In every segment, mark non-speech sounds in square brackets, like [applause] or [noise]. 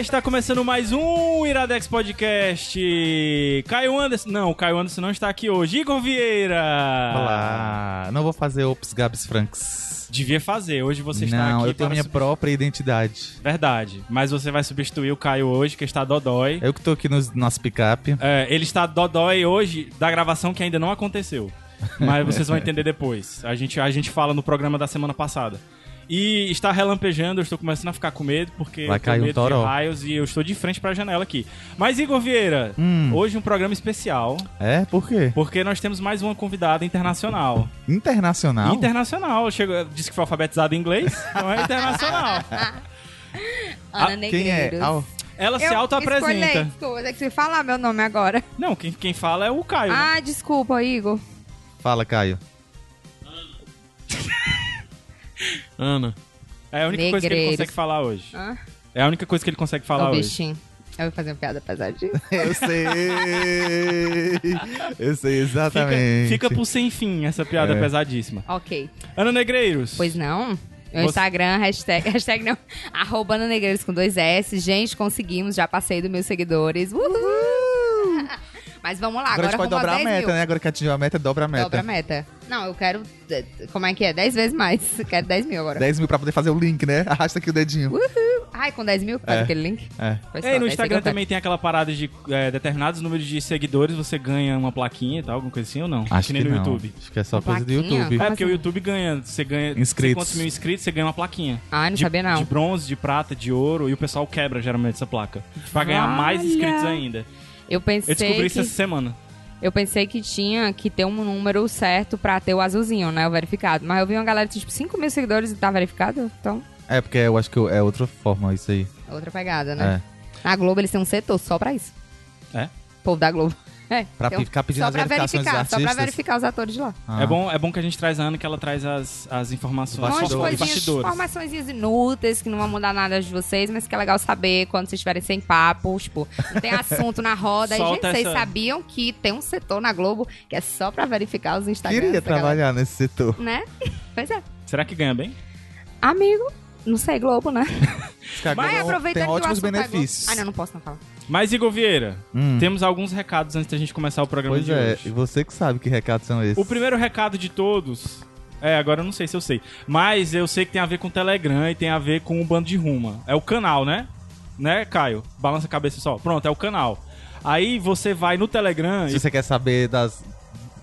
Está começando mais um Iradex Podcast. Caio Anderson. Não, o Caio Anderson não está aqui hoje. Igor Vieira. Olá. Ah, Não vou fazer Ops Gabs Franks. Devia fazer. Hoje você está Não, aqui. eu tenho para a minha sub- própria identidade. Verdade. Mas você vai substituir o Caio hoje, que está Dodói. Eu que tô aqui no nosso picape. É, ele está Dodói hoje da gravação que ainda não aconteceu. Mas vocês vão entender depois. A gente, a gente fala no programa da semana passada. E está relampejando, eu estou começando a ficar com medo, porque Vai eu cair tenho um medo de toró. raios e eu estou de frente para a janela aqui. Mas, Igor Vieira, Hum. hoje um programa especial. É? Por quê? Porque nós temos mais uma convidada internacional. Internacional? Internacional. Chegou, disse que foi alfabetizada em inglês, não é internacional. [laughs] Ana Ah, Quem é? Negreiros. Ah, Ela Eu se escolhi, auto-apresenta. desculpa, tem que se falar meu nome agora. Não, quem, quem fala é o Caio. né? Ah, desculpa, Igor. fala, Caio. Ana. É a única coisa que ele Negreiros. consegue falar hoje. Ah. É a única coisa que ele consegue Ô, falar hoje. bichinho. Eu vou fazer uma piada pesadinha. Eu sei. eu sei Fica, exatamente. fica pro sem fim essa piada É. pesadíssima. [laughs] ok. Ana Negreiros. Pois não? Meu Você- Instagram, hashtag, [laughs] hashtag não, arroba Ana Negreiros com dois S. Gente, conseguimos, já passei dos meus seguidores. Uhul! Mas vamos lá, Agora a agora, gente pode rumo dobrar a 10 meta, mil. né? Agora que atingiu a meta, dobra a meta. Dobra a meta. Não, eu quero, eh, como é que é? 10 vezes mais. [laughs] Eu Quero 10 mil agora. 10 mil pra poder fazer o link, né? Arrasta aqui o dedinho. Uh. Ai, com 10 mil? Faz É. aquele link. É. Pois Ei, só, no Instagram 10 seguidores. também tem aquela parada de é, determinados números de seguidores, você ganha uma plaquinha e tal, alguma coisa assim ou não? Acho que nem que no não. YouTube. Acho que é só Uma coisa do plaquinha? YouTube. É, Como porque o assim? YouTube ganha, você ganha não sei Inscritos. quantos mil inscritos, você ganha uma plaquinha. Ai, Ah, não de, sabia não. de bronze, de prata, de ouro, e o pessoal quebra geralmente essa placa. Pra ganhar mais Olha! inscritos ainda. Eu pensei Eu descobri isso que... essa semana. Eu pensei que tinha que ter um número certo pra ter o azulzinho, né? O verificado. Mas eu vi uma galera que tinha, tipo 5 mil seguidores e tá verificado. Então, É, porque eu acho que é outra forma isso aí. É. é outra pegada, né? Na Globo eles têm um setor só pra isso. É? O povo da Globo. É. Pra tem um- ficar pedindo só as pra verificações dos verificar, só pra artistas? verificar os atores de lá. Ah. É, bom, é bom que a gente traz a Ana, que ela traz as, as Um monte informações de sobre os coisinhas, bastidores. informações inúteis que não vão mudar nada de vocês, mas que é legal saber quando vocês estiverem sem papo, tipo, não tem assunto na roda. E, gente, [laughs] Solta vocês essa- sabiam que tem um setor na Globo que é só pra verificar os Instagrams. Queria da galera, trabalhar nesse setor. Né? [laughs] Pois é. Será que ganha bem? Amigo, não sei, Globo, né? Mas Mas aproveitando tem ótimos que o assunto é Globo- benefícios. Ah, não, não posso não falar. Mas, Igor Vieira, Hum. temos alguns recados antes da gente começar o programa Pois de é, hoje. e você que sabe que recados são esses. O primeiro recado de todos. É, agora eu não sei se eu sei. Mas eu sei que tem a ver com o Telegram e tem a ver com o bando de ruma. É o canal, né? Né, Caio? Balança a cabeça só. Pronto, é o canal. Aí você vai no Telegram Se e. você quer saber das.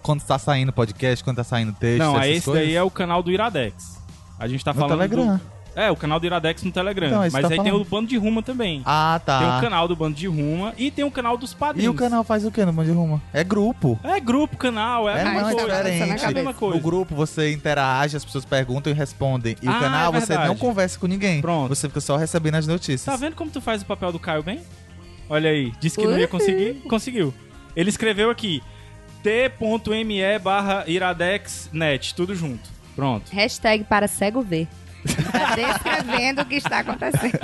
Quando tá saindo podcast, quando tá saindo texto, Não, essas aí esse coisas, daí é o canal do Iradex. A gente tá No falando. Telegram. do- É, o canal do Iradex no Telegram. Então, é mas isso aí que tá tem o falando. bando de ruma também. Ah, tá. Tem o canal do bando de ruma e tem o canal dos padrinhos. E o canal faz o quê no Mão de Rumo? É grupo. É grupo, canal, é, É, a mesma não, é coisa. diferente. É a mesma coisa. O grupo você interage, as pessoas perguntam e respondem. E Ah, o canal é você verdade. não conversa com ninguém. Pronto. Você fica só recebendo as notícias. Tá vendo como tu faz o papel do Caio bem? Olha aí, disse que não ia conseguir, conseguiu. Ele escreveu aqui, t.me barra iradexnet, tudo junto. Pronto. Hashtag para cego ver. Tá descrevendo o que [laughs] está acontecendo.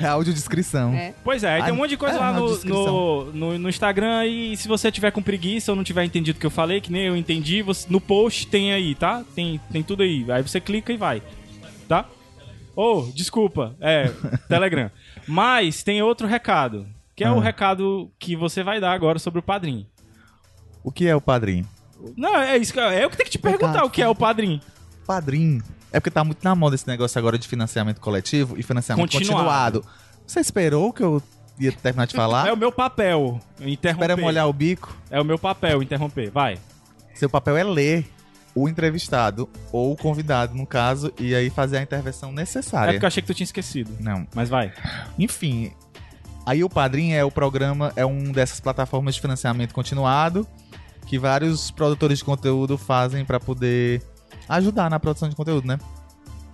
É audiodescrição. É. Pois é, aí tem um Ah, monte de coisa é, lá na no, descrição. no, no, no Instagram e se você tiver com preguiça ou não tiver entendido o que eu falei, que nem eu entendi, você- no post tem aí, tá? Tem, tem tudo aí. Aí você clica e vai, tá? Oh, desculpa, [laughs] é, Telegram. Mas tem outro recado, que é o Ah. recado que você vai dar agora sobre o padrinho. O que é o padrinho? Não, é isso que eu, é eu que tenho que te perguntar Verdade. o que é o padrinho. Padrinho. É porque tá muito na moda esse negócio agora de financiamento coletivo e financiamento Continuado. continuado. Você esperou que eu ia terminar de É [laughs] falar? o meu papel interromper. Ah? Espera molhar o bico. É o meu papel interromper. Vai. Seu papel é ler o entrevistado ou o convidado, no caso, e aí fazer a intervenção É necessária. porque eu achei que tu tinha esquecido. Não. Mas vai. Enfim. Aí o Padrim é o programa, é um dessas plataformas de financiamento continuado que vários produtores de conteúdo fazem pra poder ajudar na produção de conteúdo, né?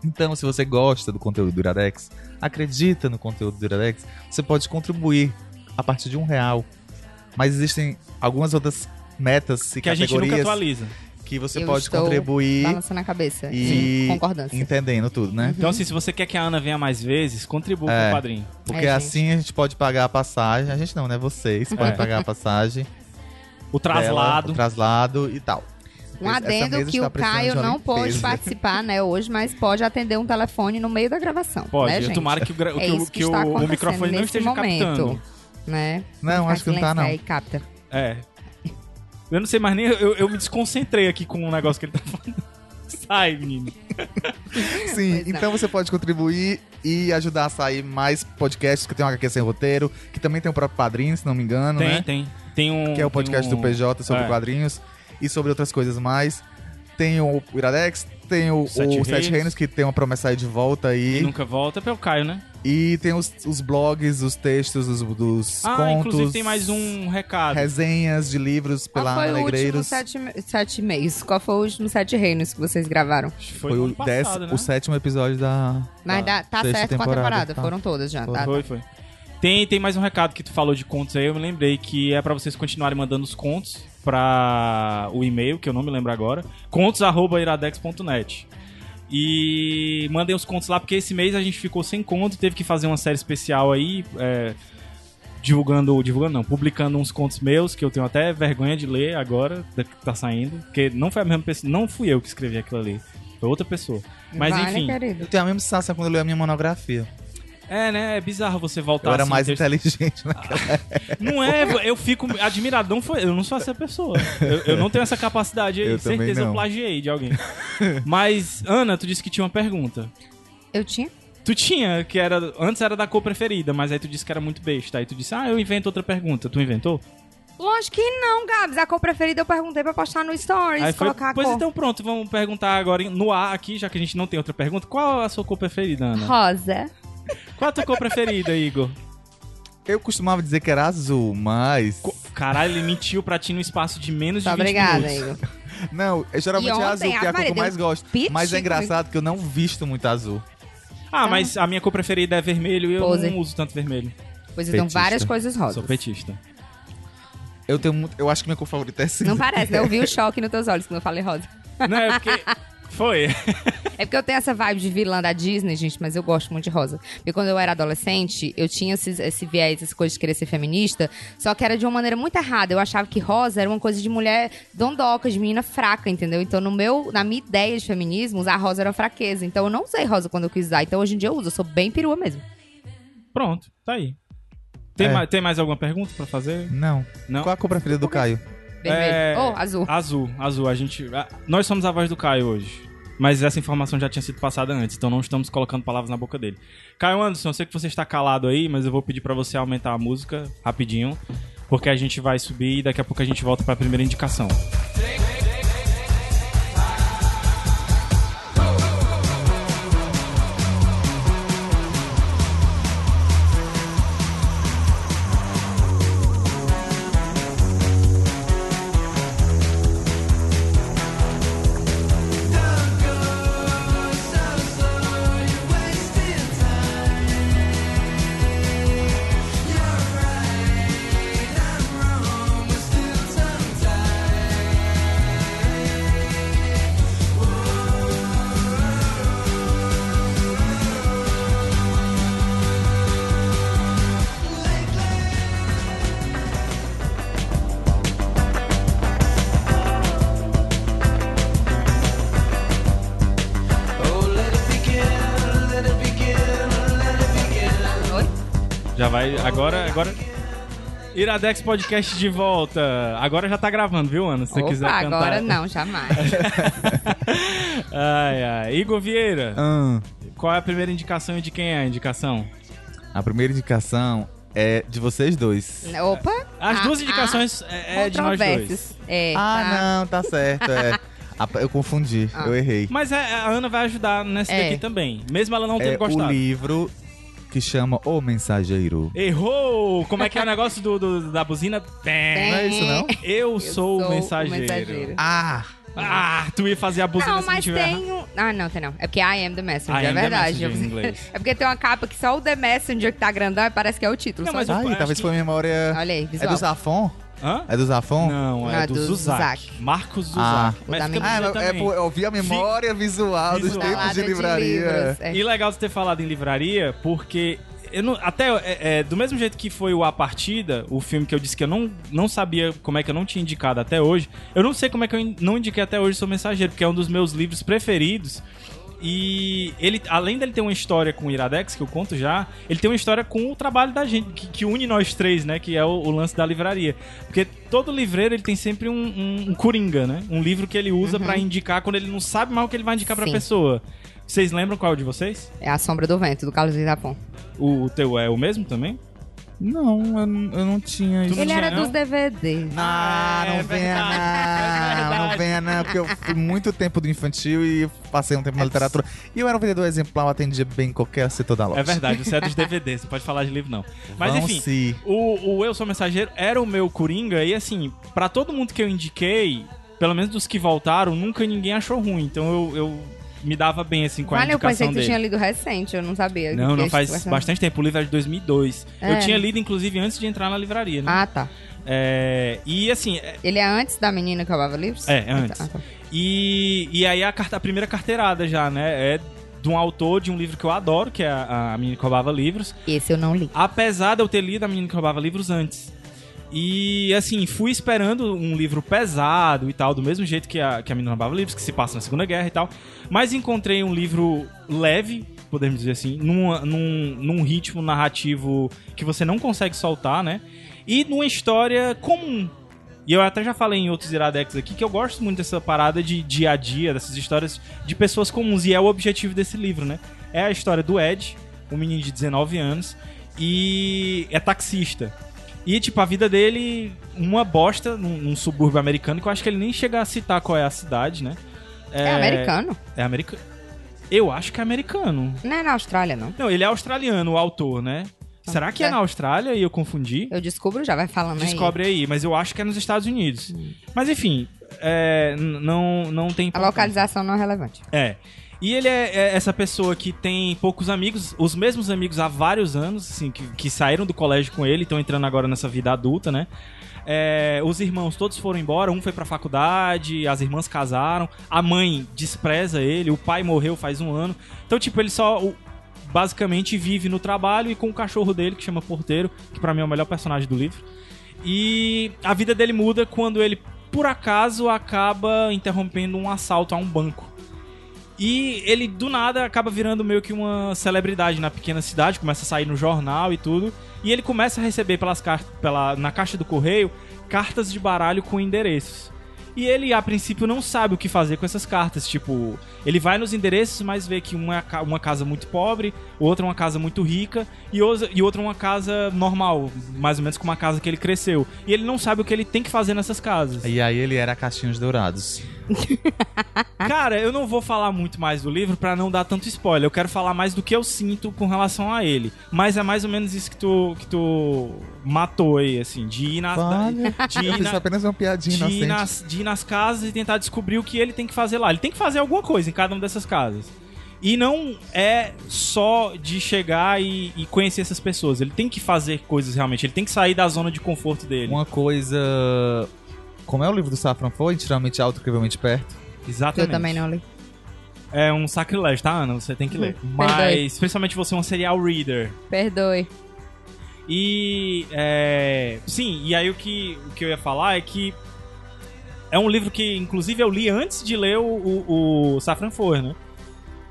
Então, se você gosta do conteúdo do Iradex, acredita no conteúdo do Iradex, você pode contribuir a partir de um real. Mas existem algumas outras metas e Que a gente categorias nunca atualiza. que você Eu pode estou contribuir Balançando Uhum. a cabeça. e Sim, concordância. entendendo tudo, né? Então, assim, se você quer que a Ana venha mais vezes, contribua É. com o padrinho. Porque É, gente. assim a gente pode pagar a passagem. A gente não, né? Vocês podem É. pagar a passagem. O dela, traslado. o traslado e tal. Um Essa mesa adendo que está o precisando Caio de uma não pôde limpeza. participar, né, hoje, mas pode atender um telefone no meio da gravação. Pode. né, gente? Tomara que o, gra- É que o- isso que que o- está o acontecendo microfone não nesse esteja momento. captando. Né? [laughs] Não, Ficar acho que não tá, silenciado não. Aí, capta. É. Eu não sei mais nem. Eu, eu me desconcentrei aqui com o negócio que ele tá falando. [laughs] Sai, menino. Sim, Pois é. então você pode contribuir e ajudar a sair mais podcasts que tem o HQ Sem Roteiro, que também tem o próprio Padrinho, se não me engano, tem, né? tem. Tem um. Que é o podcast tem um- do PJ sobre é. quadrinhos e sobre outras coisas mais. Tem o Iradex, tem o, o Sete, Sete Reinos. Reinos, que tem uma promessa aí de volta aí. E nunca volta, é pelo Caio, né? E tem os, os blogs, os textos, os, dos ah, contos. inclusive tem mais um recado. Resenhas de livros Qual pela Ah, foi Ana o último Negreiros. sete, me- sete meios? Qual foi o último sete reinos que vocês gravaram? Foi, Foi, no o, ano passado, décimo- né? o sétimo episódio da. Mas dá- tá sexta certo com a temporada, temporada, tá. foram todas já. Foi. tá? Foi, foi. Tem, tem mais um recado que tu falou de contos aí, eu me lembrei que é pra vocês continuarem mandando os contos pra o e-mail, que eu não me lembro agora, contos@iradex.net. E mandem os contos lá, porque esse mês a gente ficou sem conto, teve que fazer uma série especial aí, é, divulgando, divulgando não, publicando uns contos meus, que eu tenho até vergonha de ler agora, da- que tá saindo, porque não foi a mesma pessoa, não fui eu que escrevi aquilo ali, foi outra pessoa. Mas Vale, enfim, né, querido. Eu tenho a mesma sensação quando eu leio a minha monografia. é né, é bizarro você voltar eu era assim, mais texto- inteligente, né? Ah. Não é, eu fico admirado. Não foi, eu não sou essa pessoa. Eu, eu não tenho essa capacidade aí. Eu também certeza eu não. plagiei de [laughs] alguém. Mas, Ana, tu disse que tinha uma pergunta. Eu tinha? Tu tinha, que era. Antes era da cor preferida, mas aí tu disse que era muito besta. Aí tu disse, ah, eu invento outra pergunta. Tu inventou? Lógico que não, Gabs. A cor preferida eu perguntei pra postar no Stories, aí colocar Pois a cor. então pronto, vamos perguntar agora em- no ar aqui, já que a gente não tem outra pergunta. Qual a sua cor preferida, Ana? Rosa. Qual a tua cor preferida, Igor? Eu costumava dizer que era azul, mas. Co- Caralho, ele mentiu pra ti no espaço de menos de Tá, 20 obrigada, minutos. Igor. Não, é geralmente E ontem, é azul, que é a cor Maria, que eu deu mais gosto. piti Mas é comigo. engraçado que eu não visto muito azul. Ah, mas a minha cor preferida é vermelho e eu Tá. Pose. não uso tanto vermelho. Pois então, Petista. várias coisas Sou rosas. petista. Eu tenho muito. Eu acho que minha cor favorita é cinza. Não parece, né? [laughs] Eu vi o choque nos teus olhos quando eu falei rosa. Não, é porque. Foi. É porque eu tenho essa vibe de vilã da Disney, gente, mas eu gosto muito de rosa. Porque quando eu era adolescente, eu tinha esses, esse viés, essa coisa de querer ser feminista, só que era de uma maneira muito errada. Eu achava que rosa era uma coisa de mulher dondoca, de menina fraca, entendeu? Então, no meu, na minha ideia de feminismo, usar rosa era fraqueza. Então, eu não usei rosa quando eu quis usar. Então, hoje em dia eu uso, eu sou bem perua mesmo. Pronto, tá aí. Tem, É. mais, tem mais alguma pergunta pra fazer? Não. Não. Qual a cor preferida do Caio? Vermelho. É. Ou azul. Azul, azul. A gente. a- nós somos a voz do Caio hoje. Mas essa informação já tinha sido passada antes, então não estamos colocando palavras na boca dele. Caio Anderson, eu sei que você está calado aí, mas eu vou pedir pra você aumentar a música rapidinho, porque a gente vai subir e daqui a pouco a gente volta pra primeira indicação. Oi? Já vai. Agora. agora... Iradex Podcast de volta. Agora já tá gravando, viu, Ana? Se você Opa, quiser cantar. agora não, jamais. [laughs] ai, ai. Igor Vieira. Ahn. Qual é a primeira indicação e de quem é a indicação? a primeira indicação é de vocês dois. Opa. As Ah, duas ah, indicações é, é de nós dois. controvérsias. É, ah, tá. não, tá certo. [laughs] É. A- eu confundi, Ah. eu errei. Mas é- a Ana vai ajudar nessa É. daqui também. Mesmo ela não tendo É o gostado. livro que chama O Mensageiro. Errou! Como é que é o negócio do, do- da buzina? Tem. Não é isso, não? Eu, sou, sou o o mensageiro. mensageiro. Ah! Ah, tu ia fazer a buzina Não, se não mas tiver. tem um. Ah, não, tem não. É porque I am the messenger, I é am the verdade. messenger em inglês. [laughs] é porque tem uma capa que só o The Messenger que tá grandão e parece que é o título. Não, só mas o- o- Ai, acho talvez que- foi memória. Olha aí, É visual. do Zafon? Hã? É do Zafon? Não, Não, é é do, do Zuzak. Zuzak. Marcos Zuzak. Ah. mas da fica minha- Ah, bonito é, é, também. pô, eu vi a memória visual dos Visual. tempos de Salada livraria. livros, é. E legal de ter falado em livraria, porque eu não- até é, é, do mesmo jeito que foi o A Partida, o filme que eu disse que eu não, não sabia como é que eu não tinha indicado até hoje, eu não sei como é que eu in- não indiquei até hoje Sou Mensageiro, porque é um dos meus livros preferidos. E ele, além dele ter uma história com o Iradex, que eu conto já, ele tem uma história com o trabalho da gente, que, que une nós três, né? Que é o, o lance da livraria. Porque todo livreiro ele tem sempre um, um- um coringa, né? Um livro que ele usa pra indicar quando ele não sabe mais o que ele vai indicar pra Sim. pessoa. Vocês lembram qual de vocês? É a sombra do vento, do Carlos Irapon. O, o teu é o mesmo também? Não, eu, não- eu não tinha Tu isso. não Ele tinha, era não? dos DVDs. Ah, É não venha verdade, [laughs] não, não venha não, porque eu fui muito tempo do infantil e passei um tempo na literatura. E eu era um vendedor exemplar, eu atendia bem qualquer setor da loja. É verdade, você é dos DVDs, não pode falar de livro, não. Mas Vão enfim, se- o, o Eu Sou Mensageiro era o meu Coringa, e assim, pra todo mundo que eu indiquei, pelo menos dos que voltaram, nunca ninguém achou ruim. Então eu, eu me dava bem, assim, com a Olha, eu indicação pensei que tu dele. tinha lido recente, eu não sabia. Não, que não esse faz conversava. bastante tempo. O livro é de 2002. Eu É. tinha lido, inclusive, antes de entrar na livraria, né? Ah, tá. É, e assim, é- Ele é antes da menina que roubava livros? É, é antes. Ah, tá. E, e aí a, carta- a primeira carteirada já, né? É de um autor de um livro que eu adoro, que é a, a Menina que Roubava Livros. Esse eu não li. Apesar de eu ter lido a Menina que Roubava Livros antes. E assim, fui esperando um livro pesado e tal, do mesmo jeito que a, que a Menina Roubava Livros, que se passa na Segunda Guerra e tal. Mas encontrei um livro leve, podemos dizer assim, numa- num, num ritmo narrativo que você não consegue soltar, né? E numa história comum. E eu até já falei em outros Iradex aqui que eu gosto muito dessa parada de dia a dia, dessas histórias de pessoas comuns. E é o objetivo desse livro, né? É a história do Ed, um menino de 19 anos, e é taxista. E, tipo, a vida dele, uma bosta num, num subúrbio americano, que eu acho que ele nem chega a citar qual é a cidade, né? É, americano? É americano. Eu acho que é americano. Não é na Austrália, não. Não, ele é australiano, o autor, né? Será que é, É. na Austrália e eu confundi? Eu descubro já, vai falando aí. Descobre aí, mas eu acho que é nos Estados Unidos. Mas enfim, é, n- não, não tem. Hum. A importância. localização não é relevante. É. E ele é, é essa pessoa que tem poucos amigos, os mesmos amigos há vários anos, assim, que, que saíram do colégio com ele, estão entrando agora nessa vida adulta, né? É, os irmãos todos foram embora, um foi pra faculdade, as irmãs casaram, a mãe despreza ele, o pai morreu faz um ano. Então, tipo, ele só o- basicamente vive no trabalho e com o cachorro dele, que chama Porteiro, que pra mim é o melhor personagem do livro. E a vida dele muda quando ele, por acaso, acaba interrompendo um assalto a um banco. E ele do nada acaba virando meio que uma celebridade na pequena cidade, começa a sair no jornal e tudo. E ele começa a receber pelas car- pela, na caixa do correio cartas de baralho com endereços. E ele, a princípio, não sabe o que fazer com essas cartas. Tipo, ele vai nos endereços, mas vê que uma é ca- uma casa muito pobre, outra é uma casa muito rica e, ousa- e outra é uma casa normal, mais ou menos como a casa que ele cresceu. E ele não sabe o que ele tem que fazer nessas casas. E aí ele era Caixinhos Dourados. Ah. Cara, eu não vou falar muito mais do livro pra não dar tanto spoiler. Eu quero falar mais do que eu sinto com relação a ele. Mas é mais ou menos isso que tu, que tu matou aí, assim, de ir na. Olha, de eu ir fiz na- apenas uma piadinha de ir, inocente. nas, de ir nas casas e tentar descobrir o que ele tem que fazer lá. Ele tem que fazer alguma coisa em cada uma dessas casas. E não é só de chegar e, e conhecer essas pessoas. Ele tem que fazer coisas realmente. Ele tem que sair da zona de conforto dele. Uma coisa... Como é o livro do Safran foi? Intimamente alto, incrivelmente perto. Exatamente. Eu também não Uhum. li. É um sacrilégio, tá, Ana? Você tem que ler. Perdoe. Mas, principalmente você é um serial reader. Perdoe. E é, sim, e aí o que, o que eu ia falar é que é um livro que, inclusive, eu li antes de ler o, o, o Safran Foer, né?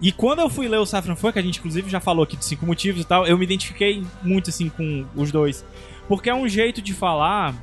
E quando eu fui ler o Safran Foer, que a gente inclusive já falou aqui de cinco motivos e tal, eu me identifiquei muito assim com os dois. Porque é um jeito de falar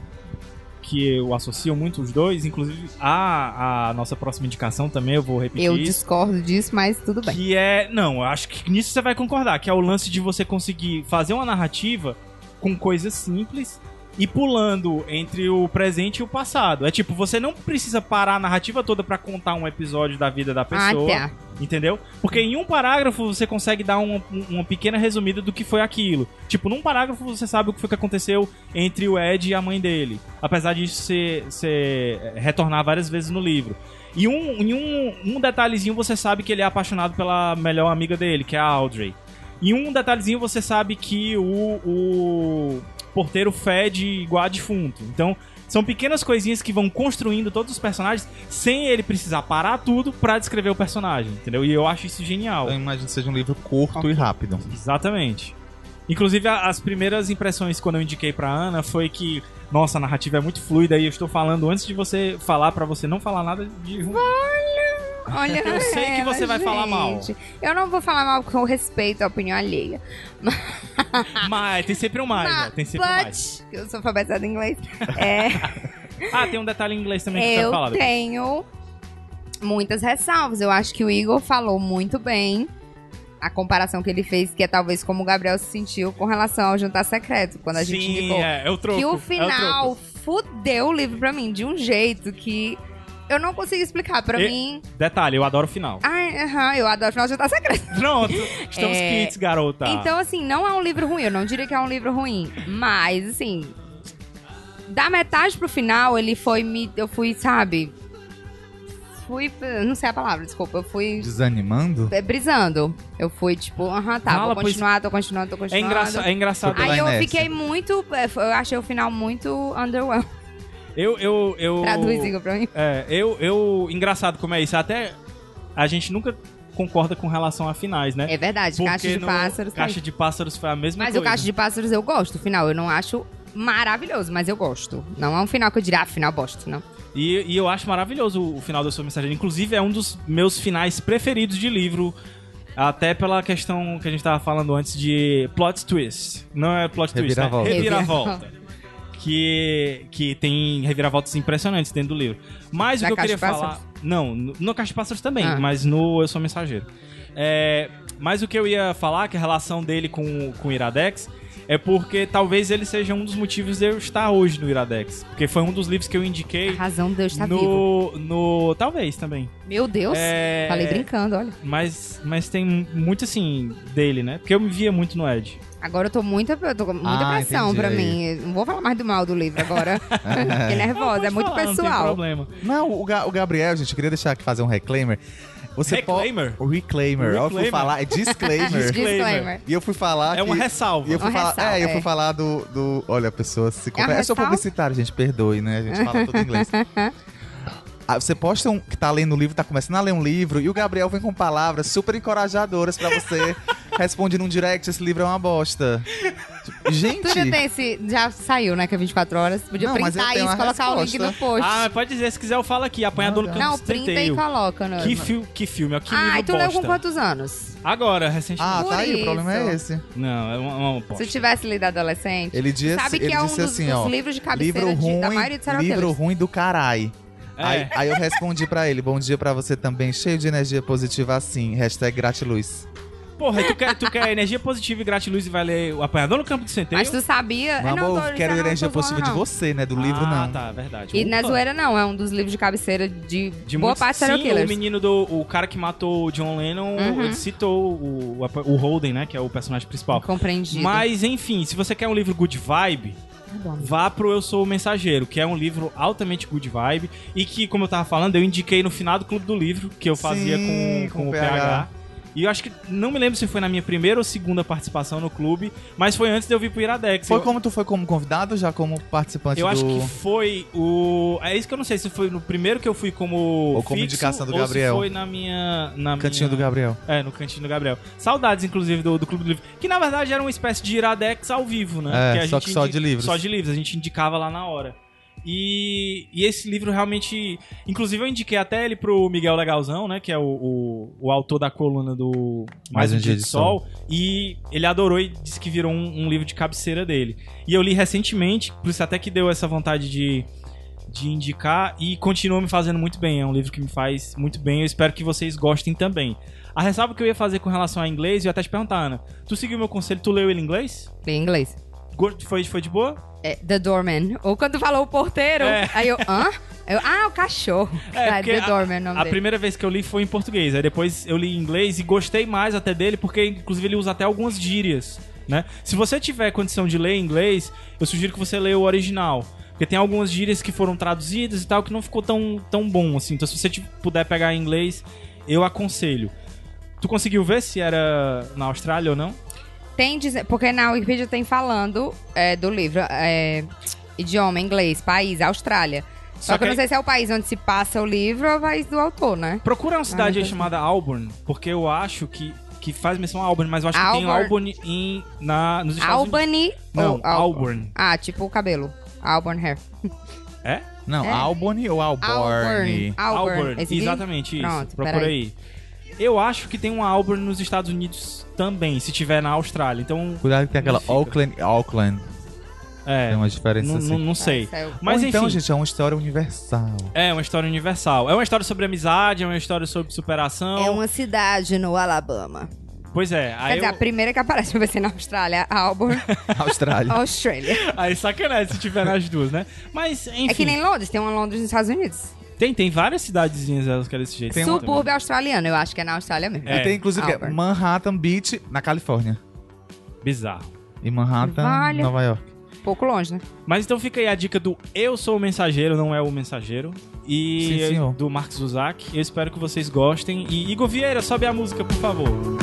que eu associo muito os dois, inclusive a, a nossa próxima indicação também, eu vou repetir. Eu isso. discordo disso, mas tudo bem. Que é. Não, eu acho que nisso você vai concordar, que é o lance de você conseguir fazer uma narrativa com coisas simples e pulando entre o presente e o passado. É tipo, você não precisa parar a narrativa toda pra contar um episódio da vida da Ah, pessoa. tá. Entendeu? Porque em um parágrafo você consegue dar um- um- uma pequena resumida do que foi aquilo. Tipo, num parágrafo você sabe o que foi que aconteceu entre o Ed e a mãe dele. Apesar disso ser, ser- retornar várias vezes no livro. E um, e um, um detalhezinho você sabe que ele é apaixonado pela melhor amiga dele, que é a Audrey. E um detalhezinho você sabe que o, o porteiro fede igual a defunto. Então, são pequenas coisinhas que vão construindo todos os personagens sem ele precisar parar tudo pra descrever o personagem, entendeu? E eu acho isso genial. Eu imagino que seja um livro curto e rápido. Exatamente. Inclusive, a- as primeiras impressões quando eu indiquei pra Ana foi que, nossa, a narrativa é muito fluida e eu estou falando antes de você falar pra você não falar nada de ruim. Olha, Eu sei que ela, você vai falar mal. gente. Eu não vou falar mal porque eu respeito a opinião alheia. Mas tem sempre um mais, né? Tem sempre um mais. Ah. But, eu sou alfabetizada em inglês. É, Ah, tem um detalhe em inglês também que eu quero falar. eu depois. tenho muitas ressalvas. Eu acho que o Igor falou muito bem a comparação que ele fez, que é talvez como o Gabriel se sentiu com relação ao Jantar Secreto, quando a gente Sim, indicou. é, é o troco. que é o troco. final fudeu o livro pra mim de um jeito que eu não consigo explicar. Pra E- mim, Detalhe, eu adoro o final. ai, aham, eu adoro o final de Jantar Secreto. [laughs] Pronto, estamos Ah. É, kits, garota. Então, assim, não é um livro ruim, eu não diria que é um livro ruim, mas, assim, da metade pro final, ele foi me. Eu fui, sabe? Fui. Não sei a palavra, desculpa. Eu fui Desanimando? é, brisando. Eu fui, tipo, aham, tá, Fala, vou pois- continuar, tô continuando, tô é, continuando. engraça é engraçado. Ai, Aí eu Vai nessa. fiquei muito. é, f- Eu achei o final muito underwhelmed. Eu, eu, eu. Traduz, Igor, pra mim. É, eu, eu. Engraçado como é isso. Até a gente nunca concorda com relação a finais, né? É verdade, Porque Caixa de no Pássaros. tá aí. Caixa de Pássaros foi a mesma Mas coisa. o Caixa de Pássaros eu gosto, o final. Eu não acho maravilhoso, mas eu gosto. Não é um final que eu diria, ah, final bosta, não. E, e eu acho maravilhoso o, o final da sua mensagem. Inclusive, é um dos meus finais preferidos de livro. Até pela questão que a gente tava falando antes de plot twist. Não é plot twist, né? Reviravolta. Reviravolta. Que, que tem reviravoltas impressionantes dentro do livro. Mas o Na que eu Caixa queria de falar. Pássaros? Não, no, no Caixa de Pássaros também, Ah. mas no Eu Sou Mensageiro. É, mas o que eu ia falar, que a relação dele com, com o Iradex, é porque talvez ele seja um dos motivos de eu estar hoje no Iradex. Porque foi um dos livros que eu indiquei A razão de Deus tá vivo. no, no. Talvez também. Meu Deus. É, Falei brincando, olha. Mas, mas tem muito assim dele, né? Porque eu me via muito no Ed. Agora eu tô muita, eu tô com muita Ah, pressão entendi. pra mim. Eu Não vou falar mais do mal do livro [laughs] agora. Fiquei nervosa, Pode é muito falar, Não tem pessoal. problema. Não, o, Ga- o Gabriel, gente, eu queria deixar aqui fazer um reclaimer. Você pode. Reclaimer? O reclaimer. Ó, Eu fui Reclaimer. falar, [laughs] é disclaimer. Disclaimer. e eu fui falar. É uma que- ressalva. E eu fui Uma falar, ressalva, é, eu fui é. falar do, do- olha, a pessoa se compra... uma é, sou ressalva? publicitário, gente, perdoe, né? A gente fala tudo em [laughs] inglês. Ah, você posta um que tá lendo um livro, tá começando a ler um livro, e o Gabriel vem com palavras super encorajadoras pra [laughs] você. Responde num direct, esse livro é uma bosta. Gente, Tu já tem esse. Já saiu, né? Que é 24 horas. Podia Não, mas eu printar tenho isso uma e colocar o link resposta. no post. Ah, pode dizer, se quiser eu falo aqui. Apanhador do Não, não, Campus printa e Tenteio. coloca, né? Que, fi que filme, ó, que Ah, e tu livro leu com bosta. quantos anos? Agora, recentemente. Ah, Por tá aí, o problema é isso. esse. Não, é uma, uma bosta. Se eu tivesse lido adolescente. Ele disse, sabe que ele é um disse dos, assim, dos ó. livros de cabeceira Livro de- ruim, da maioria dos serial livro killers. ruim do carai. É. Aí, aí eu respondi pra ele, bom dia pra você também, cheio de energia positiva assim, hashtag gratiluz. Porra, e tu quer, tu quer energia positiva e gratiluz e vai ler o Apanhador no Campo de Centeio? Mas tu sabia. Meu É, não, amor, tô- quero não, tô energia positiva zoando, de não. você, né? Do livro, não. Ah, tá, verdade. E na Opa. zoeira não, é um dos livros de cabeceira de, De boa muitos- parte serial sim, o killers. menino do. O cara que matou o John Lennon Uhum. ele citou o, o Holden, né? Que é o personagem principal. Compreendido. Mas, enfim, se você quer um livro good vibe, Tá bom. vá pro Eu Sou o Mensageiro, que é um livro altamente good vibe e que, como eu tava falando, eu indiquei no final do Clube do Livro, que eu fazia Sim, com, com, com o o PH. PH. E eu acho que, não me lembro se foi na minha primeira ou segunda participação no clube, mas foi antes de eu vir pro Iradex. Foi eu como tu foi como convidado, já como participante eu do... acho que foi o. É isso que eu não sei se foi no primeiro que eu fui como. Ou como fixo, indicação do ou se Gabriel. foi na minha. Na Cantinho do minha... Gabriel. É, no Cantinho do Gabriel. Saudades, inclusive, do, do Clube do Livro. Que na verdade era uma espécie de Iradex ao vivo, né? É, a só gente que só de livros. Só de livros, a gente indicava lá na hora. E, e esse livro realmente. Inclusive, eu indiquei até ele pro Miguel Legalzão, né? Que é o, o, o autor da coluna do Mais, um, Dia de Sol. E ele adorou e disse que virou um, um livro de cabeceira dele. E eu li recentemente, por isso até que deu essa vontade de, de indicar. E continua me fazendo muito bem. É um livro que me faz muito bem. Eu espero que vocês gostem também. A ressalva que eu ia fazer com relação a inglês, eu ia até te perguntar, Ana. Tu seguiu meu conselho, tu leu ele em inglês? Em inglês. Go- Foi, foi de boa? É, the doorman. Ou quando falou o porteiro, É. aí eu, hã? Eu, ah, o cachorro. É, Ah, porque the a- doorman, é o nome A dele. primeira vez que eu li foi em português, aí depois eu li em inglês e gostei mais até dele, porque inclusive ele usa até algumas gírias, né? Se você tiver condição de ler em inglês, eu sugiro que você leia o original. Porque Porque tem algumas gírias que foram traduzidas e tal que não ficou tão, tão bom assim. Então se você tipo, puder pegar em inglês, eu aconselho. Tu conseguiu ver se era na Austrália ou não? Tem dizer, porque na Wikipedia tem falando é, do livro é, idioma inglês, país, Austrália. Só, Só que, eu que não sei se é o país onde se passa o livro ou é o país do autor, né? Procura uma cidade aí Ah, chamada Auburn, porque eu acho que, que faz menção a Auburn, mas eu acho que tem Auburn. Auburn em, na, nos Estados Unidos. Albany Não, ou Auburn. Ah, tipo o cabelo. Auburn hair. É? Não, É. Albany ou Alborne? Auburn. Auburn. é Esse aqui? Exatamente isso. Pronto, Procura peraí. aí. Eu acho que tem uma Auburn nos Estados Unidos também, se tiver na Austrália. Então, Cuidado que tem aquela Fica. Auckland e Auckland. é, Tem não, uma diferença assim. não- não sei. Tá, saiu. Mas Ou então, enfim, gente, é uma história universal. [laughs] é uma história universal. É uma história sobre amizade, é uma história sobre superação. É uma cidade no Alabama. Pois é, aí, Quer dizer, eu- a primeira que aparece vai ser na Austrália, [laughs] Auburn, Austrália. Australia. aí sacanagem se tiver nas duas, né? Mas, enfim, É que nem Londres, tem uma Londres nos Estados Unidos. tem, tem várias cidadezinhas elas que é desse jeito. Tem uma Subúrbio australiano, eu acho que é na Austrália mesmo. É. E tem, inclusive, que é Auburn. Manhattan Beach, na Califórnia. Bizarro. E Manhattan, Vale. Nova York. Pouco longe, né? Mas então fica aí a dica do Eu Sou o Mensageiro, não é o Mensageiro. E Sim, senhor. do Marcos Zuzak. Eu espero que vocês gostem. E Igor Vieira, sobe a música, por favor.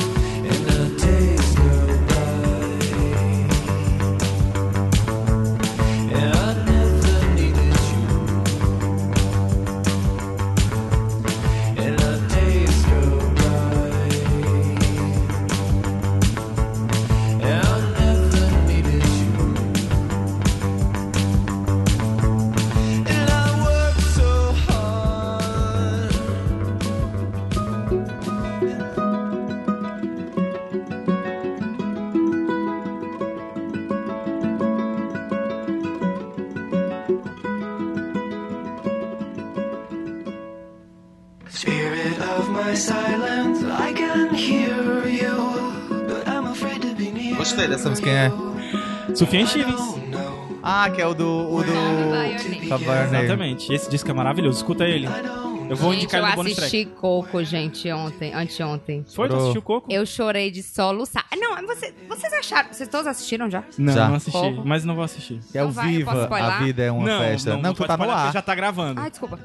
Spirit of my silence, I can hear you, but I'm afraid to be near. Gostei dessa música, quem é? Sufjan I Stevens. don't know Ah, que é o do... O do... where to begin. Taverna. Exatamente. Esse disco é maravilhoso. Escuta ele. I don't Eu vou Gente, indicar eu ele no bonus track. assisti Coco, gente, ontem, anteontem. Foi? Tu Chorou. assistiu o Coco? Eu chorei de só soluçar. Ah, Não, você- vocês acharam? Vocês todos assistiram já? Não, Já. não assisti. Porra. Mas não vou assistir. Que é o Não vai, eu Viva, posso a spoiler? vida é Tá. uma não, festa. Não, tu pode tá no falar, porque ar. Já tá gravando. Ai, Ah, desculpa. [laughs]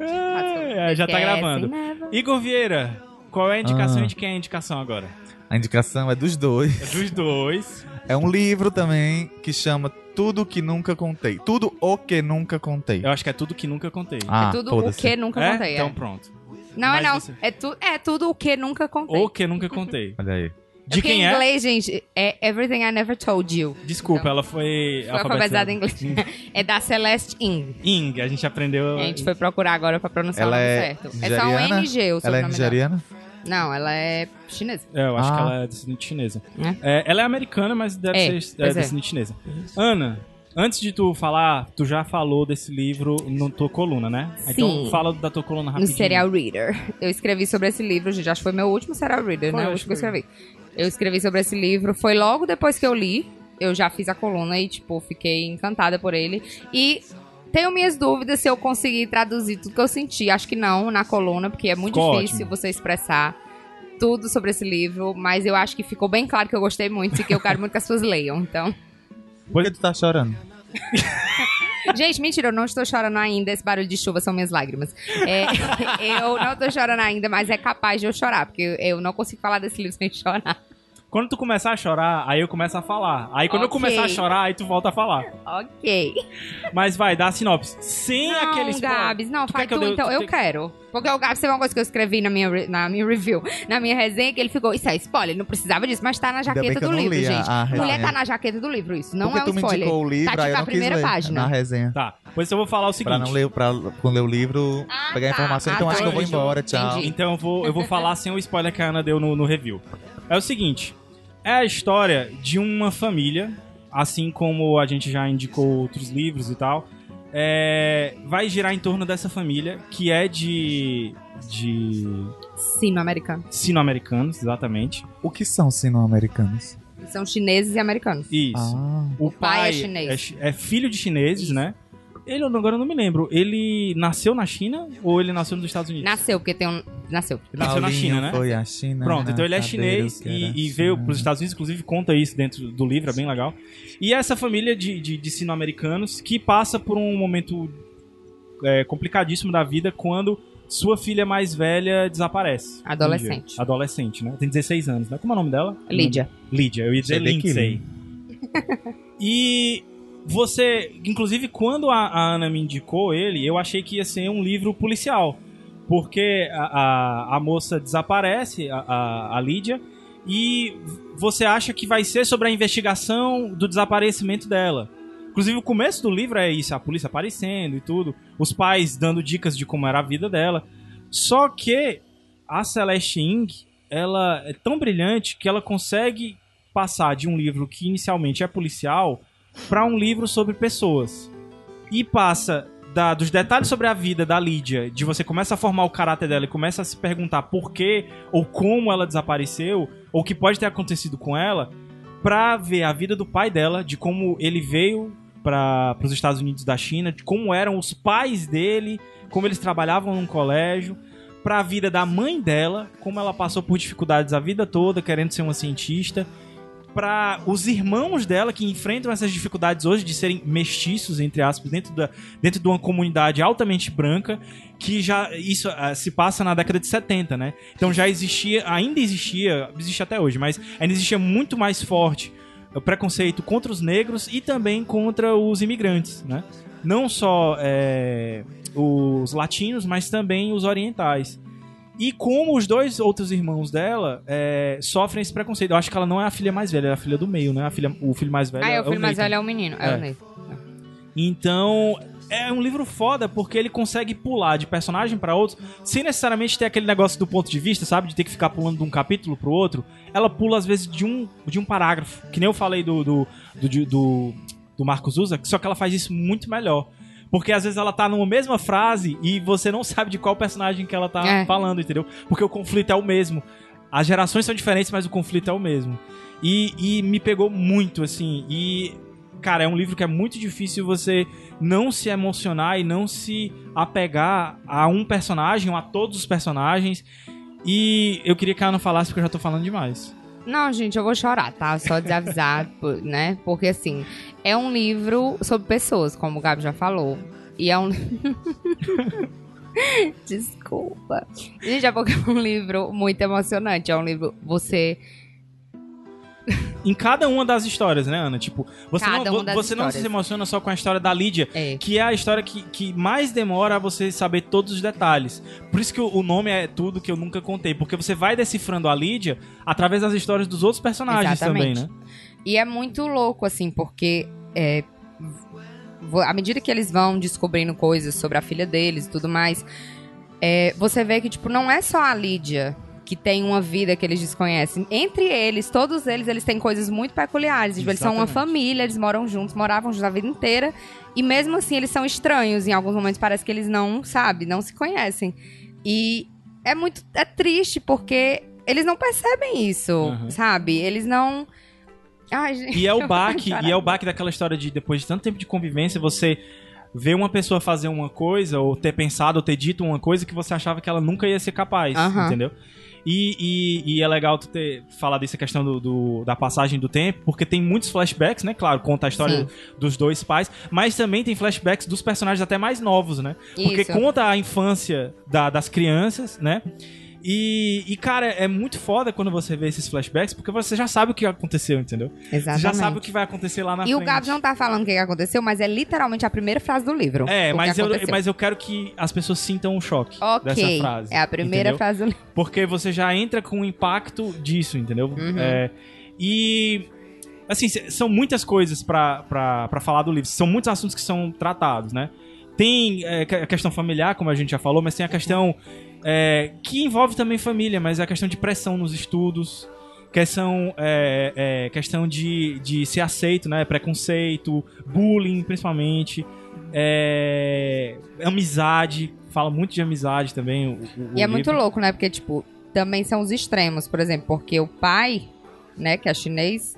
Ah, É, já tá Esquece, gravando. never. Igor Vieira, qual é a indicação Ah. e de quem é a indicação agora? A indicação é dos dois. É dos dois. É um livro também que chama Tudo que Nunca Contei. Tudo o que Nunca Contei. Eu acho que é tudo que nunca contei. Ah, é tudo o foda-se. que nunca É? contei. é. Então pronto. Não, mas é não. você- É, tu, é tudo o que nunca contei. O que nunca [laughs] contei. Olha aí. De Porque quem em é? inglês, gente, é Everything I Never Told You. Desculpa, ela foi, Foi alfabetizada em inglês. é da Celeste Ng. Ing, a gente aprendeu. É, A gente foi procurar agora pra pronunciar Ela o nome é certo. É só nigeriana? um NG o seu Ela é nome nigeriana? Não, ela é chinesa. É, eu acho Ah. que ela é descendente chinesa. É, ela é americana, mas deve É, ser é, pois é. descendente chinesa. Ana, antes de tu falar, tu já falou desse livro na tua coluna, né? Então Sim. fala da tua coluna No rapidinho. Serial Reader. Eu escrevi sobre esse livro, gente. Acho que foi meu último Serial Reader, Foi, né? O acho último que que eu foi. escrevi. Eu escrevi sobre esse livro. Foi logo depois que eu li. Eu já fiz a coluna e, tipo, fiquei encantada por ele. E tenho minhas dúvidas se eu consegui traduzir tudo que eu senti. Acho que não na coluna, porque é muito Ficou difícil você expressar tudo sobre esse livro. Mas eu acho que ficou bem claro que eu gostei muito e que eu quero muito que as pessoas leiam. Então. Por que tu tá chorando? Gente, mentira, eu não estou chorando ainda. Esse barulho de chuva são minhas lágrimas. É, [laughs] eu não estou chorando ainda, mas é capaz de eu chorar, porque eu- eu não consigo falar desse livro sem chorar. [laughs] Quando tu começar a chorar, aí eu começo a falar. Aí quando eu Ok. começar a chorar, aí tu volta a falar. Ok. Mas vai, dá a sinopse. Sem Não, é aquele spoiler. Gabs, não, Tu faz quer que eu tu, dê- então. tu Eu tem- quero. Porque o Gabs teve uma coisa que eu escrevi na minha, re- na minha review, na minha resenha, que ele ficou, isso é spoiler, não precisava disso, mas tá na Ainda bem jaqueta que eu do não livro, li a- gente. a Mulher resenha. tá na jaqueta do livro, isso. Não Porque é um tu me spoiler. indicou o livro, tá aí tipo eu na não quis primeira ler página. na resenha. Tá, pois eu vou falar o seguinte. Pra não ler, pra quando ler o livro, Ah, pegar a tá. informação. Ah, então tá, acho que eu vou entendi. embora, tchau. Entendi. Então eu vou, eu vou falar sem o spoiler que a Ana deu no, no review. É o seguinte: é a história de uma família, assim como a gente já indicou outros livros e tal. é, vai girar em torno dessa família, que é de. de. Sim, no americano. sino-americanos, exatamente. O que são sino-americanos? São chineses e americanos. Isso. Ah, O pai é pai chinês. é chi- É, filho de chineses, né? Ele, agora eu não me lembro. Ele nasceu na China ou ele nasceu nos Estados Unidos? Nasceu, porque tem um. Nasceu. Hum. Ele nasceu na Paulinho China, né? Foi a China. Pronto, então ele é na chinês cadeira e, que e era veio China. para os Estados Unidos, inclusive conta isso dentro do livro, é bem legal. E essa família de, de, de sino-americanos que passa por um momento é, complicadíssimo da vida quando sua filha mais velha desaparece. Adolescente. Um dia. Adolescente, né? Tem 16 anos, né? Como é o nome dela? Lídia. Lídia, eu ia dizer Você vê que Lindsay. e você, inclusive, quando a, a Ana me indicou ele, eu achei que ia ser um livro policial. Porque a, a, a moça desaparece, a, a, a Lídia, e você acha que vai ser sobre a investigação do desaparecimento dela. Inclusive, o começo do livro é isso: a polícia aparecendo e tudo, os pais dando dicas de como era a vida dela. Só que a Celeste Ng, ela é tão brilhante que ela consegue passar de um livro que inicialmente é policial para um livro sobre pessoas. E passa da- dos detalhes sobre a vida da Lídia, de você começa a formar o caráter dela e começa a se perguntar por que ou como ela desapareceu, ou o que pode ter acontecido com ela, pra ver a vida do pai dela, de como ele veio para os Estados Unidos da China, de como eram os pais dele, como eles trabalhavam num colégio, pra vida da mãe dela, como ela passou por dificuldades a vida toda querendo ser uma cientista, pra os irmãos dela que enfrentam essas dificuldades hoje de serem mestiços entre aspas dentro da dentro de uma comunidade altamente branca que já isso ah, se passa na década de 70, né? Então já existia, ainda existia, existe até hoje, mas ainda existia muito mais forte o preconceito contra os negros e também contra os imigrantes, né? Não só é, os latinos, mas também os orientais. E como os dois outros irmãos dela é, sofrem esse preconceito. Eu acho que ela não é a filha mais velha, ela é a filha do meio, né? A filha, o filho mais velho Ah, é eu o fui mais Nathan. velho é o menino. É, É. o Nathan. Então, é um livro foda porque ele consegue pular de personagem pra outro sem necessariamente ter aquele negócio do ponto de vista, sabe? De ter que ficar pulando de um capítulo pro outro. Ela pula, às vezes, de um, de um parágrafo. Que nem eu falei do, do, do, de- do, do Marcos Usa, só que ela faz isso muito melhor. Porque às vezes ela tá numa mesma frase e você não sabe de qual personagem que ela tá É. falando, entendeu? Porque o conflito é o mesmo. As gerações são diferentes, mas o conflito é o mesmo. E, e me pegou muito, assim. E, cara, é um livro que é muito difícil você não se emocionar e não se apegar a um personagem ou a todos os personagens. E eu queria que a Ana falasse porque eu já tô falando demais. Não, gente, eu vou chorar, tá? Só desavisar, [laughs] por- né? Porque, assim, é um livro sobre pessoas, como o Gabi já falou. E é um. [laughs] Desculpa. Gente, é porque é um livro muito emocionante. É um livro. Você. Em cada uma das histórias, né, Ana? Tipo, você, Cada não, vo- uma das você não histórias. se emociona só com a história da Lídia, É. que é a história que, que mais demora a você saber todos os detalhes. Por isso que o, o nome é tudo que eu nunca contei, porque você vai decifrando a Lídia através das histórias dos outros personagens Exatamente. também, né? E é muito louco, assim, porque é, vo- à medida que eles vão descobrindo coisas sobre a filha deles e tudo mais, é, você vê que, tipo, não é só a Lídia que tem uma vida que eles desconhecem. Entre eles, todos eles, eles têm coisas muito peculiares. Tipo, eles são uma Exatamente. família, eles moram juntos, moravam juntos a vida inteira. E mesmo assim, eles são estranhos. Em alguns momentos parece que eles não, sabe, não se conhecem. E é muito é triste porque eles não percebem isso, Uhum. sabe? Eles não Ai, gente. [laughs] E é o baque, chorar. e é o baque daquela história de depois de tanto tempo de convivência, você vê uma pessoa fazer uma coisa, ou ter pensado, ou ter dito uma coisa que você achava que ela nunca ia ser capaz, Aham. entendeu? E, e- e é legal tu ter falado essa questão do, do- da passagem do tempo, porque tem muitos flashbacks, né? Claro, conta a história Sim. dos dois pais, mas também tem flashbacks dos personagens até mais novos, né? Porque Isso. conta a infância da- das crianças, né? E, e, cara, é muito foda quando você vê esses flashbacks, porque você já sabe o que aconteceu, entendeu? Você Exatamente. já sabe o que vai acontecer lá na e frente. o Gabs não tá falando o que que aconteceu, mas é literalmente a primeira frase do livro. o É, que mas eu, aconteceu. mas eu quero que as pessoas sintam um choque dessa Ok, frase. é a primeira entendeu? frase do livro. Porque você já entra com o impacto disso, entendeu? Uhum. É, e. Assim, c- são muitas coisas pra, pra, pra falar do livro. São muitos assuntos que são tratados, né? Tem é, que- a questão familiar, como a gente já falou, mas tem a questão é, que envolve também família, mas é a questão de pressão nos estudos, questão, é, é, questão de, de ser aceito, né? Preconceito, bullying, principalmente. é, amizade, fala muito de amizade também. o- o- o E é livro. muito louco, né? Porque, tipo, também são os extremos, por exemplo, porque o pai, né, que é chinês,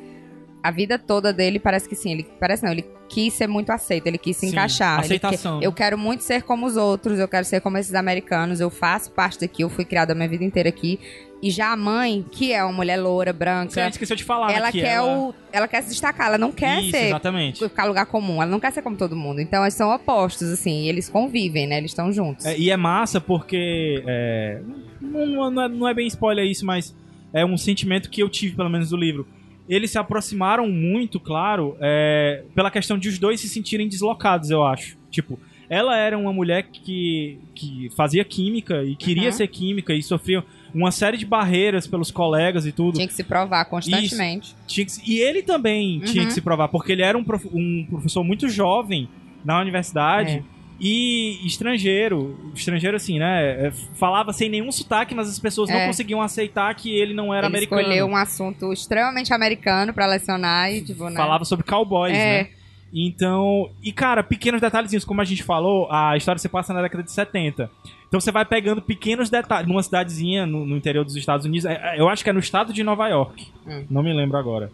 a vida toda dele parece que sim, ele parece não, ele quis ser muito aceito, ele quis se Sim, encaixar. ele aceitação, que- né? eu quero muito ser como os outros, eu quero ser como esses americanos, eu faço parte daqui, eu fui criada a minha vida inteira aqui. E já a mãe, que é uma mulher loura, branca, Você esqueceu de falar né, ela que quer ela... o. Ela quer se destacar, ela não quer Isso, ser. exatamente. Ficar lugar comum, ela não quer ser como todo mundo. Então eles são opostos, assim, e eles convivem, né? Eles estão juntos. É, e é massa porque. é, não, não é, não é bem spoiler isso, mas é um sentimento que eu tive, pelo menos, do livro. Eles se aproximaram muito, claro, é, pela questão de os dois se sentirem deslocados, eu acho. Tipo, ela era uma mulher que, que fazia química e queria Uhum. ser química e sofria uma série de barreiras pelos colegas e tudo. Tinha que se provar constantemente. Tinha que se- e ele também tinha Uhum. que se provar, porque ele era um, prof- um professor muito jovem na universidade É. e estrangeiro. Estrangeiro, assim, né? É, Falava sem nenhum sotaque, mas as pessoas não É. conseguiam aceitar que ele não era ele americano. escolheu um assunto extremamente americano pra lecionar e, tipo, né? Falava sobre cowboys, É. né? Então, e cara, pequenos detalhezinhos, como a gente falou, a história se passa na década de 70. Então você vai pegando pequenos detalhes, numa cidadezinha no, no interior dos Estados Unidos, é- é- eu acho que é no estado de Nova York, Hum. não me lembro agora.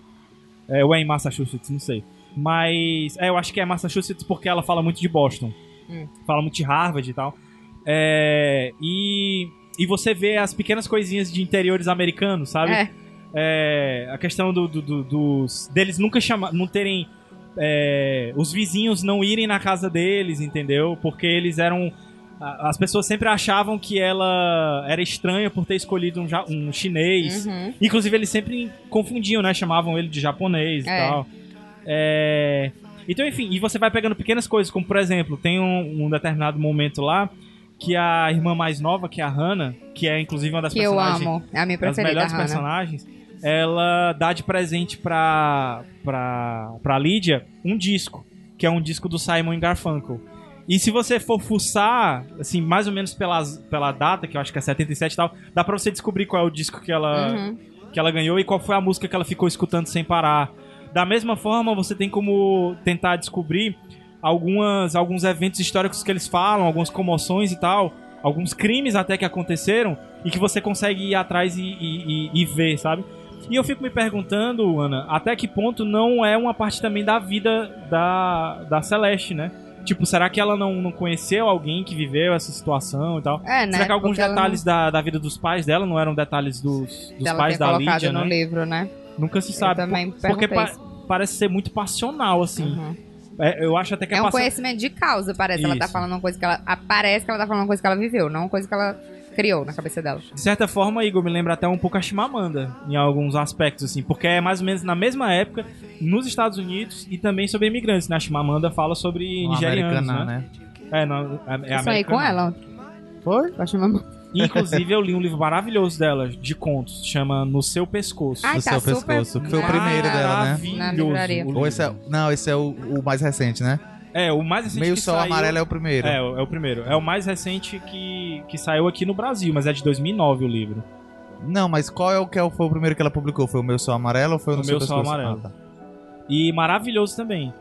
É, ou é em Massachusetts, não sei. Mas, é, eu acho que é Massachusetts porque ela fala muito de Boston. Hum. Fala muito de Harvard e tal. É, e, e você vê as pequenas coisinhas de interiores americanos, sabe? É. É, a questão do, do- do- dos deles nunca chamar, não terem é, os vizinhos não irem na casa deles, entendeu? Porque eles eram a- as pessoas sempre achavam que ela era estranha por ter escolhido um, ja- um chinês. Uhum. Inclusive eles sempre confundiam, né? Chamavam ele de japonês e É. tal. É, Então, enfim, e você vai pegando pequenas coisas, como por exemplo, tem um, um determinado momento lá que a irmã mais nova, que é a Hannah, que é inclusive uma das Que eu personagens amo. É a minha as preferida, melhores Hannah. personagens, ela dá de presente pra, pra, pra Lídia um disco, que é um disco do Simon e Garfunkel. E se você for fuçar, assim, mais ou menos pelas, pela data, que eu acho que é 77 e tal, dá pra você descobrir qual é o disco que ela, Uhum. que ela ganhou e qual foi a música que ela ficou escutando sem parar. Da mesma forma, você tem como tentar descobrir algumas, alguns eventos históricos que eles falam, algumas comoções e tal, alguns crimes até que aconteceram e que você consegue ir atrás e, e- e- e ver, sabe? E eu fico me perguntando, Ana, até que ponto não é uma parte também da vida da, da Celeste, né? Tipo, será que ela não, não conheceu alguém que viveu essa situação e tal? É, né? Será que alguns Porque ela detalhes da, da vida dos pais dela não eram detalhes dos, não- dos dela pais ter da colocado Lídia, no né? livro, né? Nunca se Eu sabe. também por- porque perguntei pa- isso. parece ser muito passional, assim. Uhum. É, eu acho até que É a um passa- conhecimento de causa, parece. Ela tá Isso. falando uma coisa que ela... ah, Parece que ela tá falando uma coisa que ela viveu, não uma coisa que ela criou na cabeça dela. De certa forma, Igor, me lembra até um pouco a Chimamanda, em alguns aspectos, assim. Porque é mais ou menos na mesma época, nos Estados Unidos, e também sobre imigrantes, né? A Chimamanda fala sobre Um nigerianos, americano, né? né? É, não, é, é eu sonhei com americano. ela. Foi? Eu achei uma... Inclusive, eu li um livro maravilhoso dela, de contos, chama No Seu Pescoço. Ai, Do tá seu super... pescoço, que foi o primeiro dela, né? Maravilhoso Na livraria. o Ou esse é, livro. não, esse é o, o mais recente, né? É, o mais recente Meio que Sol saiu- Amarelo é o primeiro. É, o- é o primeiro. É o mais recente que, que saiu aqui no Brasil, mas é de 2009 o livro. Não, mas qual é o que é o- foi o primeiro que ela publicou? Foi o Meu Sol Amarelo ou foi o, O No Seu Meu Sol Pescoço? Amarelo. Ah, tá. E maravilhoso também.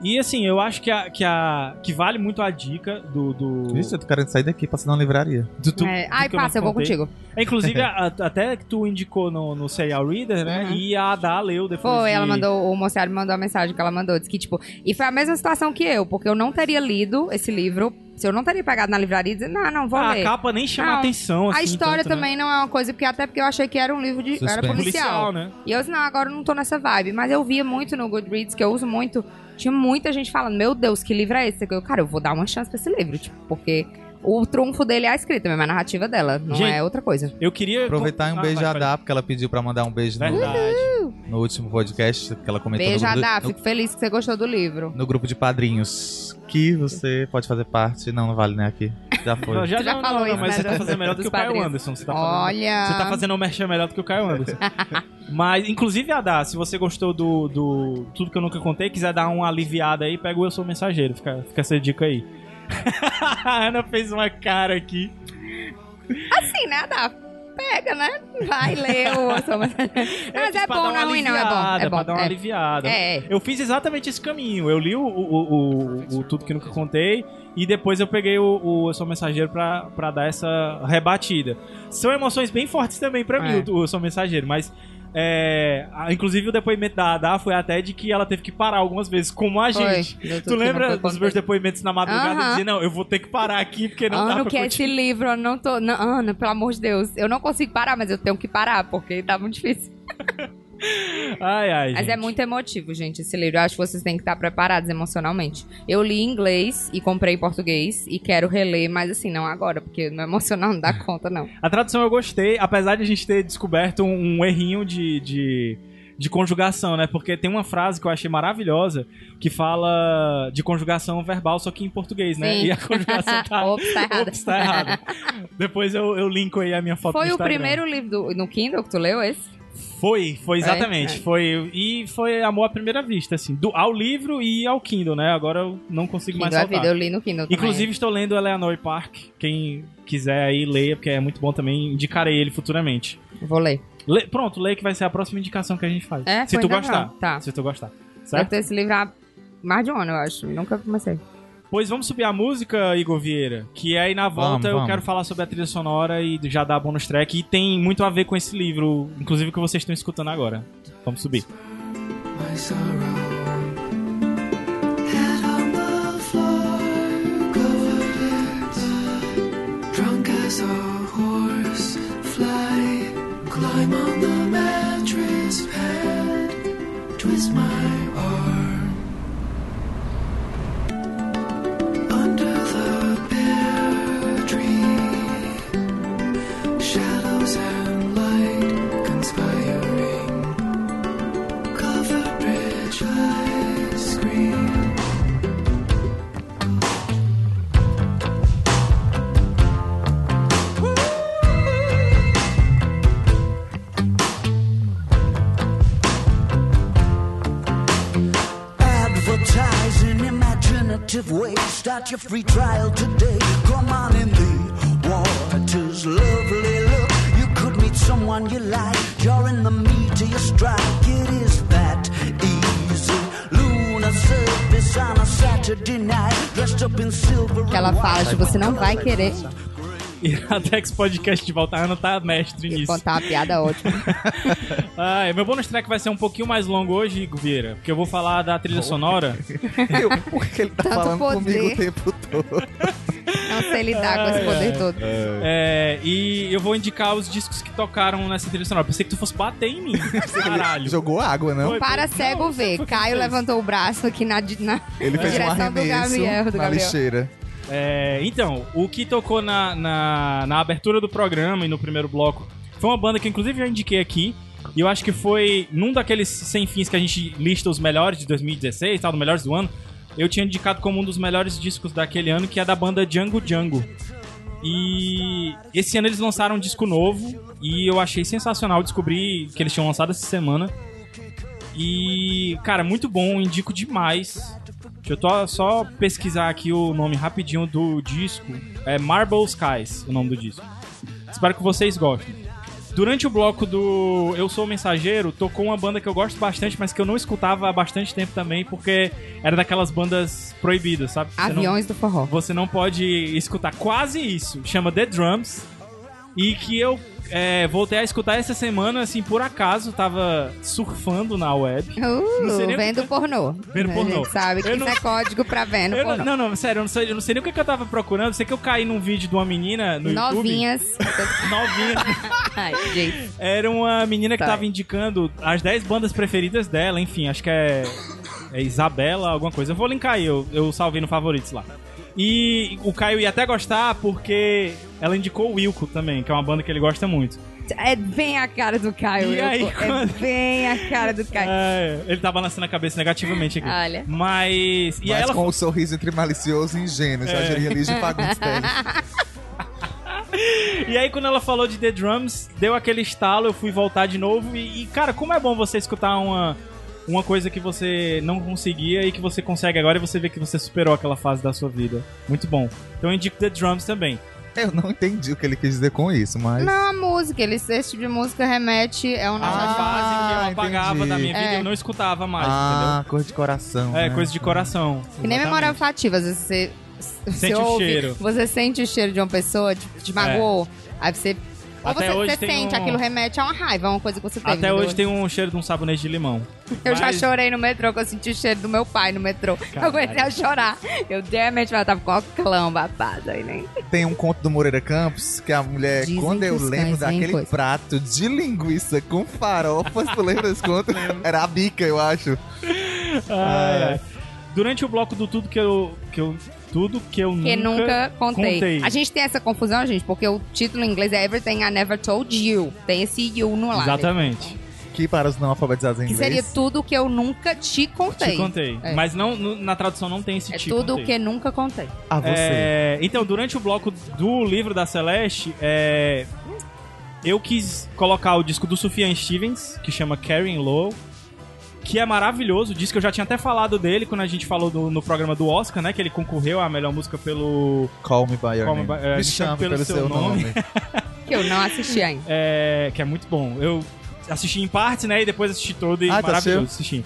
E assim, eu acho que, a, que, a, que vale muito a dica do. do, Ixi, eu tô querendo sair daqui, passando na livraria. do tu- É, do Ai, que não passa, eu vou contei. contigo. É, [laughs] Inclusive, a- a- até que tu indicou no, no Serial Reader, né? Uhum. E a Adá leu depois. Foi, de- ela mandou, o Mociário mandou a mensagem que ela mandou, disse que, tipo, e foi a mesma situação que eu, porque eu não teria lido esse livro, se eu não teria pegado na livraria e dizer, não, não, vou Ah, a ler. capa nem chama Não, atenção. A assim, história tanto, né? também não é uma coisa, porque até porque eu achei que era um livro de. Era Suspense. policial. Policial, né? E eu disse, não, agora eu não tô nessa vibe. Mas eu via muito no Goodreads, que eu uso muito. Tinha muita gente falando, meu Deus, que livro é esse? Eu, cara, eu vou dar uma chance pra esse livro, tipo, porque o trunfo dele é a escrita mesmo, a narrativa dela, não Gente, é outra coisa. Eu queria. Aproveitar e um Ah, beijo vai, a vai. Dá, porque ela pediu pra mandar um beijo no, Verdade. no último podcast que ela comentou. Beijo, no, grupo do- Adá, no- fico feliz que você gostou do livro. no grupo de padrinhos. Que você pode fazer parte. Não, não vale, né? Aqui. Já Não, foi. já, Tu já não, falou não, isso, mas né, você tá do- fazendo melhor do dos que o Caio padrinhos. Anderson. Você tá fazendo Olha. Você tá fazendo um merchan melhor do que o Caio Anderson. Mas, inclusive, Adá, se você gostou do, do Tudo Que Eu Nunca Contei, quiser dar uma aliviada aí, pega o Eu Sou Mensageiro. Fica, fica essa dica aí. [laughs] a Ana fez uma cara aqui. Sim, né, Adá? Pega, né? Vai ler [laughs] o. [laughs] Mas fiz é pra dar bom, não uma é ruim, não. É bom. aliviada, Pra É dar bom. uma é. aliviada. É, é. Eu fiz exatamente esse caminho. Eu li o, o- o- o Tudo Que Nunca Contei e depois eu peguei o, o Eu Sou Mensageiro pra, pra dar essa rebatida. São emoções bem fortes também pra mim, É. o, o Eu Sou Mensageiro, mas É, a- inclusive o depoimento da Adá foi até de que ela teve que parar algumas vezes, como a Foi. gente. Eu Tu tô aqui, não lembra foi dos meus contente. depoimentos na madrugada Aham. e dizer, não, eu vou ter que parar aqui porque não dá Ana, o pra que é esse continuar. livro? Eu não tô. Não, Ana, pelo amor de Deus. Eu não consigo parar, mas eu tenho que parar, porque tá muito difícil. Ai, ai. Mas é gente. muito emotivo, gente, esse livro. Eu acho que vocês têm que estar preparados emocionalmente. Eu li em inglês e comprei em português e quero reler, mas assim, não agora, porque meu emocional não dá [laughs] conta, não. A tradução eu gostei, apesar de a gente ter descoberto um, um errinho de, de, de conjugação, né? Porque tem uma frase que eu achei maravilhosa que fala de conjugação verbal, só que em português, né? Sim. E a conjugação [laughs] tá. Ops, [laughs] tá errado. Ops, tá [laughs] errado. Depois eu, eu linko aí a minha foto Foi no o Instagram. primeiro livro do- no Kindle que tu leu esse? Foi, foi exatamente. É, é. Foi, e foi amor à primeira vista, assim. Do, ao livro e ao Kindle, né? Agora eu não consigo mais Kindle é saltar. vida, eu li no Kindle também. Inclusive, estou lendo Eleanor Park. Quem quiser aí, leia, porque é muito bom também. Indicarei ele futuramente. Vou ler. Lê- pronto, leia que vai ser a próxima indicação que a gente faz. É, se foi tu legal. gostar. Tá. Se tu gostar. Eu Certo? tenho esse livro há mais de um ano, eu acho. Nunca comecei. Pois vamos subir a música, Igor Vieira. Que é aí na volta Vamos, eu vamos. quero falar sobre a trilha sonora e já dar bônus track. E tem muito a ver com esse livro, inclusive que vocês estão escutando agora. Vamos subir. [laughs] my sorrow. Head on the floor, covered it. Drunk as a horse, fly, climb on the mattress pad, twist my arm. Under the pear tree, shadows and light conspiring. Covered bridge ice cream. Advertising imaginative ways. Start your free trial today. Come on in the waters. Lovely look. You could meet someone you like. You're in the meat of your strike. It is that easy. Lunar surface on a Saturday night. Dressed up in silver. Que ela and fala, white. tipo, você não vai querer E até que esse podcast de volta, a Ana tá mestre nisso. contar uma piada ótima. [laughs] Ah, meu bônus track vai ser um pouquinho mais longo hoje, Igor Vieira. Porque eu vou falar da trilha sonora. [laughs] Eu, por que ele tá Tanto falando comigo poder. o tempo todo? Não sei lidar com esse poder todo. É, e eu vou indicar os discos que tocaram nessa trilha sonora. Pensei que tu fosse bater em mim. [laughs] Caralho. Jogou água, não? Foi. Para cego ver. Caio levantou o braço aqui na, di- na Ele fez um direção do arremesso Gabriel. Do na Gabriel. lixeira. É, então, o que tocou na, na, na abertura do programa e no primeiro bloco foi uma banda que inclusive eu indiquei aqui. E eu acho que foi num daqueles sem fins que a gente lista os melhores de 2016, tal, os melhores do ano. Eu tinha indicado como um dos melhores discos daquele ano, que é da banda Django Django. E esse ano eles lançaram um disco novo e eu achei sensacional descobrir que eles tinham lançado essa semana. E, cara, muito bom, indico demais. Deixa eu tô- só pesquisar aqui o nome rapidinho do disco. É Marble Skies, o nome do disco. Espero que vocês gostem. Durante o bloco do Eu Sou o Mensageiro, tocou uma banda que eu gosto bastante, mas que eu não escutava há bastante tempo também, porque era daquelas bandas proibidas, sabe? Você não- Aviões do forró. você não pode escutar quase isso. Chama The Drums. E que eu é, voltei a escutar essa semana, assim, por acaso. Tava surfando na web. Não sei Uh, nem o é. vendo pornô. Vendo A pornô. gente sabe que Eu isso não- é código pra vendo Eu não, pornô. não, não, sério, eu não, sei, eu não sei nem o que, que eu tava procurando. Sei que eu caí num vídeo de uma menina no Novinhas. YouTube. Novinha. Ai, gente. Era uma menina que Tá. tava indicando as 10 bandas preferidas dela, enfim, acho que é, é Isabela, alguma coisa. Eu vou linkar aí, eu, eu salvei no favoritos lá. E o Caio ia até gostar porque ela indicou o Wilco também, que é uma banda que ele gosta muito. É bem a cara do Caio. E eu- aí, é quando- bem a cara [laughs] do Caio. É, ele tá balançando a cabeça negativamente aqui. Olha. Mas. E mas aí ela É. com o sorriso entre malicioso e ingênuo. Já diria Lígia Fagundes [laughs] Telles. E aí, quando ela falou de The Drums, deu aquele estalo, eu fui voltar de novo. E, e, cara, como é bom você escutar uma, uma coisa que você não conseguia e que você consegue agora e você vê que você superou aquela fase da sua vida. Muito bom. Então eu indico The Drums também. Eu não entendi o que ele quis dizer com isso, mas... Não, a música. Ele, esse tipo de música remete. É um A uma Ah, fase que eu entendi. apagava da minha vida e É. eu não escutava mais, ah, coisa de coração. entendeu? É, né? coisa de coração. Que nem memória olfativa, às vezes você, você o ouve, cheiro. É. você sente o cheiro de uma pessoa, te, te magoou, tipo, aí você Ou Até você, hoje você tem sente, um- aquilo remete a uma raiva, a uma coisa que você teve. Até entendeu? hoje tem um cheiro de um sabonete de limão. Eu já Mas- chorei no metrô, que eu senti o cheiro do meu pai no metrô. Eu comecei a chorar. Eu realmente eu tava com o clã babado aí, né? Tem um conto do Moreira Campos que a mulher, Dizem quando que eu os lembro cães veem daquele coisa. prato de linguiça com farofa, [laughs] tu lembra desse conto? Era a bica, eu acho. Ai, ai. Durante o bloco do tudo que eu. Que eu tudo que eu Que nunca, contei. contei. A gente tem essa confusão, gente, porque o título em inglês é Everything I Never Told You. Tem esse you no lado. Exatamente. Que para os não alfabetizados em Que inglês. seria tudo que eu nunca te contei. Te contei. É. Mas não, no- na tradução não tem esse É te tudo contei. o que nunca contei. A você. É, então, durante o bloco do livro da Celeste, é, eu quis colocar o disco do Sufjan Stevens, que chama Carrying Low, que é maravilhoso, o disco eu já tinha até falado dele quando a gente falou do- no programa do Oscar, né, que ele concorreu à melhor música pelo... Call me by your Call me name. by- é, Me chame pelo, seu, nome. [laughs] Que eu não [laughs] assisti ainda. É, que é muito bom. Eu assisti em partes, né? E depois assisti todo e Ah, tá maravilhoso certo. assisti.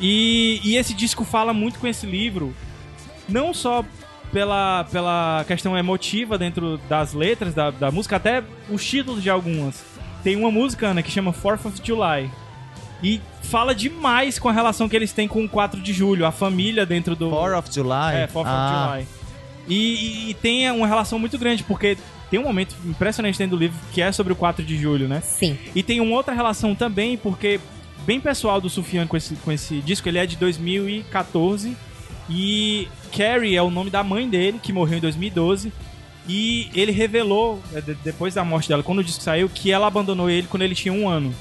E, e esse disco fala muito com esse livro, não só pela, pela questão emotiva dentro das letras da, da música, até os títulos de algumas. Tem uma música, Ana, que chama Fourth of July. E fala demais com a relação que eles têm com o 4 de julho, a família dentro do. 4 of July? É, Fourth of Ah, July. E, e- e tem uma relação muito grande, porque tem um momento impressionante dentro do livro que é sobre o 4 de julho, né? Sim. E tem uma outra relação também, porque bem pessoal do Sufjan com esse, com esse disco, ele é de 2014 e Carrie é o nome da mãe dele, que morreu em 2012. E ele revelou, eh, de- depois da morte dela, quando o disco saiu, que ela abandonou ele quando ele tinha um ano.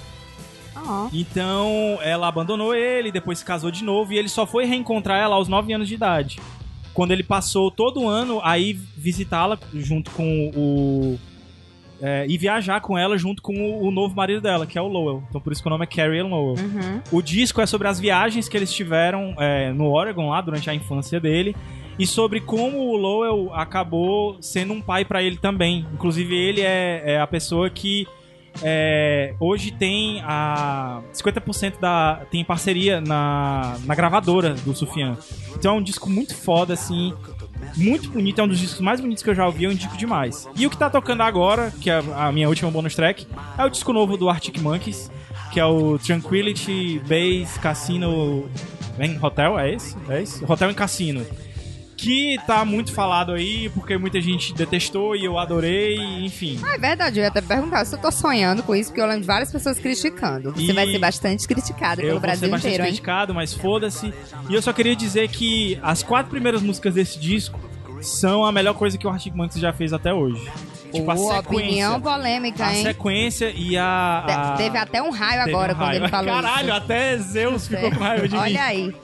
Ó. Então, ela abandonou ele, depois se casou de novo e ele só foi reencontrar ela aos 9 anos de idade. Quando ele passou todo ano aí visitá-la junto com o. é, e viajar com ela junto com o, o novo marido dela, que é o Lowell. Então, por isso que o nome é Carrie Lowell. Uhum. O disco é sobre as viagens que eles tiveram é, no Oregon lá durante a infância dele e sobre como o Lowell acabou sendo um pai pra ele também. Inclusive, ele é, é a pessoa que é, hoje tem a 50% da tem parceria na, na gravadora do Sufjan. Então é um disco muito foda assim. Muito bonito, é um dos discos mais bonitos que eu já ouvi, eu indico demais. E o que tá tocando agora, que é a minha última bonus track, é o disco novo do Arctic Monkeys, que é o Tranquility Base Casino em Hotel, é esse? É esse? Hotel em Cassino. Que tá muito falado aí, porque muita gente detestou e eu adorei, enfim. Ah, é verdade, eu ia até perguntar se eu tô sonhando com isso, porque eu lembro de várias pessoas criticando. Você E vai ser bastante criticado Eu vou pelo Brasil ser bastante inteiro, hein? criticado, mas foda-se. E eu só queria dizer que as quatro primeiras músicas desse disco são a melhor coisa que o Arctic Monkeys já fez até hoje. Tipo, a Ô, opinião sequência. polêmica, A hein? sequência e a. a- Te- Teve até um raio teve agora um quando raio. ele falou Caralho, isso. até Zeus ficou É. com raiva de mim. Olha aí.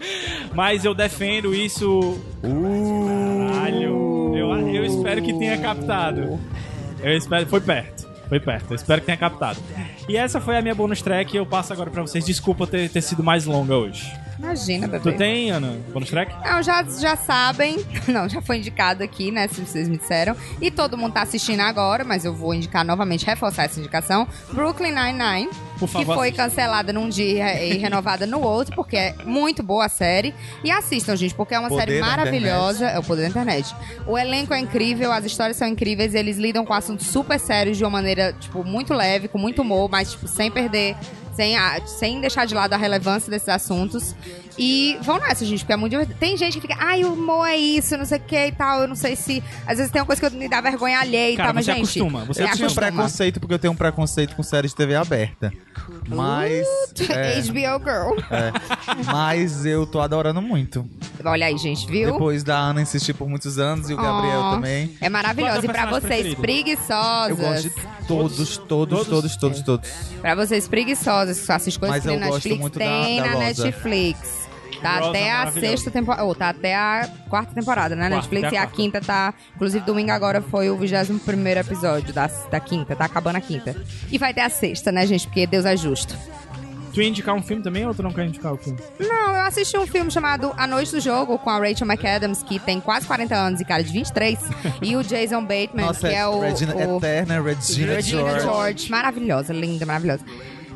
Mas eu defendo isso. Caralho. Eu, eu espero que tenha captado. Eu espero. Foi perto. Foi perto. Eu espero que tenha captado. E essa foi a minha bonus track. Eu passo agora pra vocês. Desculpa ter, ter sido mais longa hoje. Imagina, Tu bebê. tem, Ana? Bonus track? Não, já, já sabem. [laughs] Não, já foi indicado aqui, né? Se vocês me disseram. E todo mundo tá assistindo agora, mas eu vou indicar novamente, reforçar essa indicação. Brooklyn Nine-Nine, Por que favor. foi assista. cancelada num dia [laughs] e renovada no outro, porque é muito boa a série. E assistam, gente, porque é uma Poder série da maravilhosa. É o poder da internet. O elenco é incrível, as histórias são incríveis, eles lidam com assuntos super sérios de uma maneira, tipo, muito leve, com muito humor, mas, tipo, sem perder. Sem, a- sem deixar de lado a relevância desses assuntos. E vão nessa, gente, porque é muito divertido. Tem gente que fica, ai, o humor é isso, não sei o que e tal. Eu não sei se. Às vezes tem uma coisa que eu me dá vergonha alheia e Cara, tal, mas, você gente. acostuma, você é Eu tinha um acostuma. preconceito, porque eu tenho um preconceito com séries de TV aberta. Mas. [laughs] é, HBO Girl. é. mas eu tô adorando muito. Olha aí, gente, viu? Depois da Ana insistir por muitos anos e o Gabriel Oh. também. É maravilhoso. Qual é o E pra personagem vocês preferido? preguiçosas. Eu gosto de todos, todos, todos, É. todos, todos. Pra vocês preguiçosas que só assistem coisas Mas que tem eu na gosto Netflix, muito da- tem da na Rosa. Netflix. Tá Rosa até a maravilhosa. sexta temporada. Ou tá até a quarta temporada, né? Quarta, Netflix até e a a quarta. quinta tá. Inclusive, domingo agora foi o 21 primeiro episódio da, da quinta, tá acabando a quinta. E vai ter a sexta, né, gente? Porque Deus é justo. Tu ia indicar um filme também ou tu não quer indicar o filme? Não, eu assisti um filme chamado A Noite do Jogo com a Rachel McAdams, que tem quase 40 anos e cara de 23, e o Jason Bateman, Nossa, que é o. Regina, o- Eterna Regina, Regina George. George. Maravilhosa, linda, maravilhosa.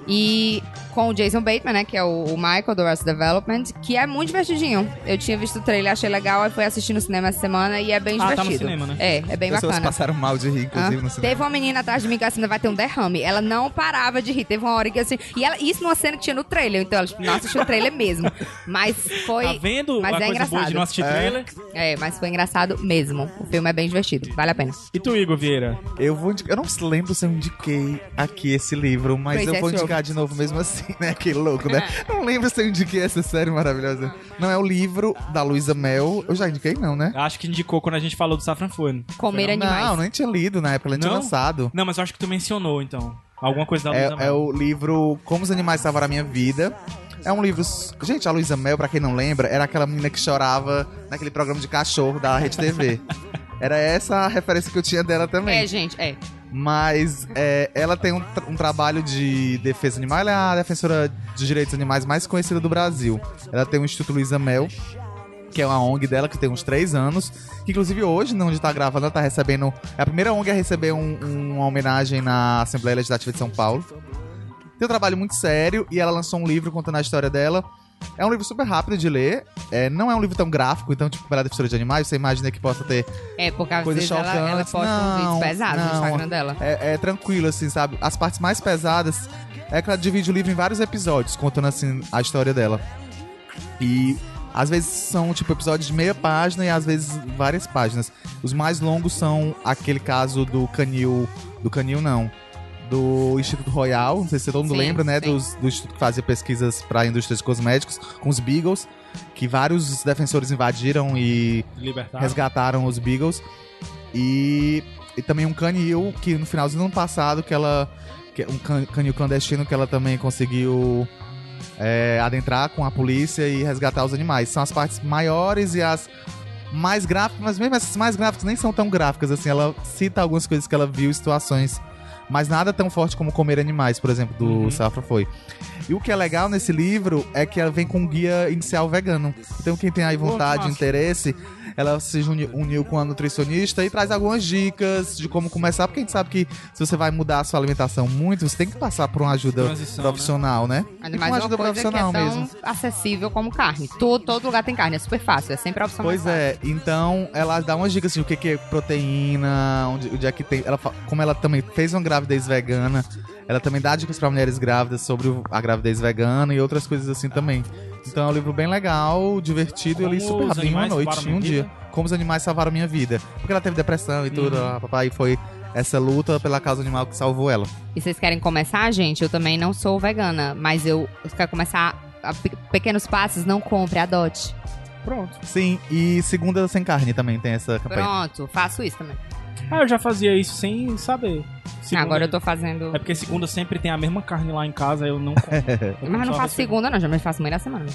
E com o Jason Bateman, né? Que é o, o Michael do Arrested Development, que é muito divertidinho. Eu tinha visto o trailer, achei legal, aí fui assistir no cinema essa semana e é bem Ah, tá no divertido. cinema, né? É, é bem Pessoas bacana. passaram mal de rir, inclusive, Ah, no cinema. Teve uma menina atrás de mim que assim, vai ter um derrame. Ela não parava de rir. Teve uma hora que assim. E ela- isso numa cena que tinha no trailer. Então ela, tipo, não assistiu o trailer mesmo. Mas foi. Tá vendo Mas a é coisa engraçado. boa de não assistir é. trailer? É, mas foi engraçado mesmo. O filme é bem divertido. Vale a pena. E tu, Igor Vieira? Eu vou indicar, eu não lembro se eu indiquei aqui esse livro, mas Pois eu é, vou senhor. indicar de novo mesmo assim, né? Que louco, [laughs] né? não lembro se eu indiquei essa série maravilhosa. Não é o livro da Luísa Mel. Eu já indiquei, não, né? Acho que indicou quando a gente falou do safranfone. Comer Foi, não? animais. Não, nem tinha lido na época, nem tinha Não? lançado. Não, mas eu acho que tu mencionou, então. Alguma coisa da Luísa É, é Mel. o livro Como os Animais Salvaram a Minha Vida. É um livro. s- Gente, a Luísa Mel, pra quem não lembra, era aquela menina que chorava naquele programa de cachorro da [laughs] Rede TV. Era essa a referência que eu tinha dela também. É, gente, é. Mas é, ela tem um, tra- um trabalho de defesa animal. Ela é a defensora de direitos animais mais conhecida do Brasil. Ela tem o Instituto Luísa Mel, que é uma ONG dela que tem uns três anos. Que, inclusive, hoje, onde tá gravando, ela tá recebendo. É a primeira ONG a receber um- um- uma homenagem na Assembleia Legislativa de São Paulo. Tem um trabalho muito sério e ela lançou um livro contando a história dela. É um livro super rápido de ler. É, não é um livro tão gráfico, então, tipo, para a defensora de animais, você imagina que possa ter É, porque às Coisa vezes ela, ela chocante. posta Não, uns vídeos pesados no não. Instagram dela. é, é tranquilo, assim, sabe? As partes mais pesadas é que ela divide o livro em vários episódios, contando, assim, a história dela. E às vezes são, tipo, episódios de meia página e às vezes várias páginas. Os mais longos são aquele caso do canil. Do canil, não. Do Instituto Royal, não sei se todo mundo Sim, lembra, né? sim. Dos, do instituto que fazia pesquisas para indústrias de cosméticos, com os Beagles, que vários defensores invadiram e Libertar. resgataram os Beagles. E, e também um canil que no finalzinho do ano passado, que ela. Que é um can- canil clandestino que ela também conseguiu é, adentrar com a polícia e resgatar os animais. São as partes maiores e as mais gráficas, mas mesmo essas mais gráficas nem são tão gráficas assim. Ela cita algumas coisas que ela viu, situações, mas nada tão forte como comer animais, por exemplo, do Uhum. Safra foi. E o que é legal nesse livro é que ela vem com um guia inicial vegano. Então quem tem aí Pô, que vontade, massa. interesse, ela se juni- uniu com a nutricionista e traz algumas dicas de como começar, porque a gente sabe que se você vai mudar a sua alimentação muito, você tem que passar por uma ajuda Transição, profissional, né? E com Mas é uma ajuda coisa que é profissional tão mesmo. acessível como carne. Todo, todo lugar tem carne, é super fácil. É sempre a opção Pois mais é, então ela dá umas dicas assim, o que, que é proteína, onde, onde é que tem. Ela, fa- como ela também fez uma gravidez vegana, ela também dá dicas para mulheres grávidas sobre o- a gravidez vegana e outras coisas assim também. Então é um livro bem legal, divertido, eu li Como super os rápido, em uma animais noite, salvaram em um minha dia. vida. Como os animais salvaram minha vida. Porque ela teve depressão e tudo, Uhum. a papai foi essa luta pela causa animal que salvou ela. E vocês querem começar, gente? Eu também não sou vegana, mas eu quero começar a pe- pequenos passos, não compre, adote. Pronto. Sim, e segunda sem carne também tem essa campanha. Pronto, faço isso também. Ah, eu já fazia isso sem saber. Segunda- Agora eu tô fazendo. É porque segunda sempre tem a mesma carne lá em casa, eu não como. Eu [laughs] como Mas não só faço você- segunda, não, já me faço meia semana.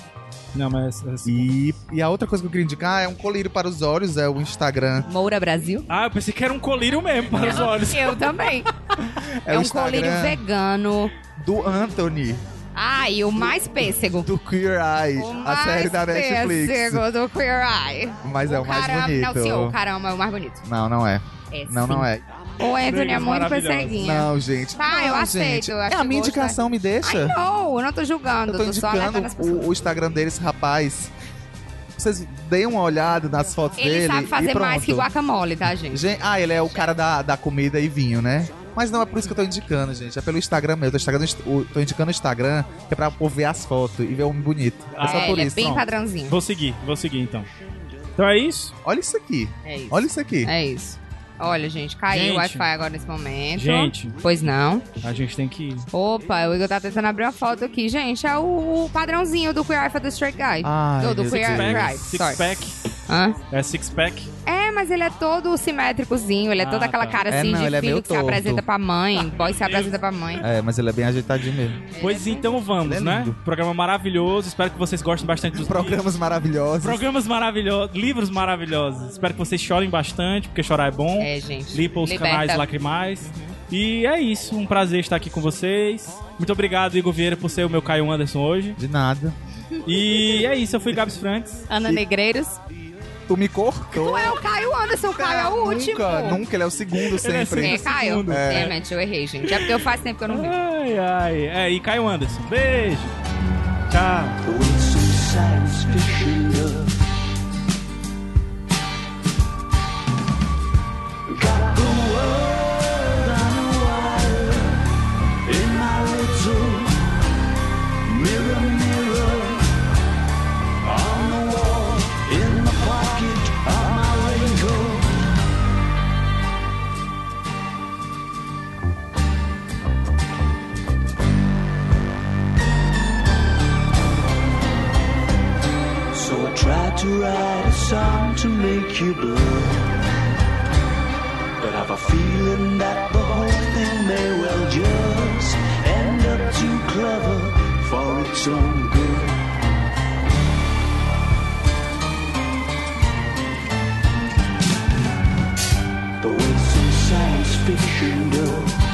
Não, mas... é segunda. E, e a outra coisa que eu queria indicar é um colírio para os olhos, é o Instagram Moura Brasil? Ah, eu pensei que era um colírio mesmo para os olhos. Eu também. [laughs] É É, o um Instagram. colírio vegano. do Anthony, Ah, e o mais pêssego. do Queer Eye, O a mais série da Netflix. pêssego do Queer Eye. Mas é o mais Caramba, bonito. Não, senhor, o caramba é o mais bonito. Não, não é. É, Não, sim. não é. O Anthony é muito Maravilhoso. perseguinha. Não, gente. Tá, não, eu aceito, gente. eu é acho a minha gosto, indicação, me Ai, deixa. não, eu não tô julgando, Eu eu tô tô, só alertando as indicando pessoas. o, o Instagram dele, esse rapaz. Vocês deem uma olhada nas fotos Ele dele. sabe e fazer pronto. mais que guacamole, tá, gente? Gen- Ah, ele é o cara da, da comida e vinho, né? Mas não é por isso que eu tô indicando, gente. É pelo Instagram meu. Eu tô, Instagram, o- tô indicando o Instagram, que é pra povo ver as fotos e ver o homem bonito. É Ah, só é, por ele isso. é bem não. padrãozinho. Vou seguir, vou seguir então. Então é isso. Olha isso aqui. É isso. Olha isso aqui. É isso. Olha, gente, caiu Gente. o Wi-Fi agora nesse momento. Gente, Pois não. a gente tem que. Opa, o Igor tá tentando abrir uma foto aqui. Gente, é o, o padrãozinho do Queer Eye for the Straight Guy. Ai, do do meu Queer Deus. Eye. Six Sorry. pack. Hã? É six pack. É, mas ele é todo simétricozinho. Ele é Ah, toda aquela tá. cara É, assim não, ele de é filho meio que se torto. apresenta pra mãe. Boy se apresenta pra mãe. É, mas ele é bem ajeitadinho mesmo. Pois então Ele vamos, é né? lindo. Programa maravilhoso. Espero que vocês gostem bastante dos livros. Programas maravilhosos. Programas maravilhosos, livros maravilhosos. Espero que vocês chorem bastante, porque chorar é bom. É, gente. Limpa os Liberta. canais lacrimais. E é isso, um prazer estar aqui com vocês. Muito obrigado, Igor Vieira, por ser o meu Caio Anderson hoje. De nada. E é isso, eu fui Gabs Franks. Ana Negreiros. Tu me cortou. Tu é o Caio Anderson, o Caio é o último. Nunca, nunca, ele é o segundo sempre. É, Caio. É, mente, eu errei, gente. É porque eu faço tempo que eu não vi. Ai, ai. É, e Caio Anderson. Beijo. Tchau. With some science fiction love. Got the world on wire in my little mirror, mirror on the wall, in the pocket of my raincoat. So I tried to write a song to make you blue. But I've a feeling that the whole thing may well just end up too clever for its own good. The way some science fiction does.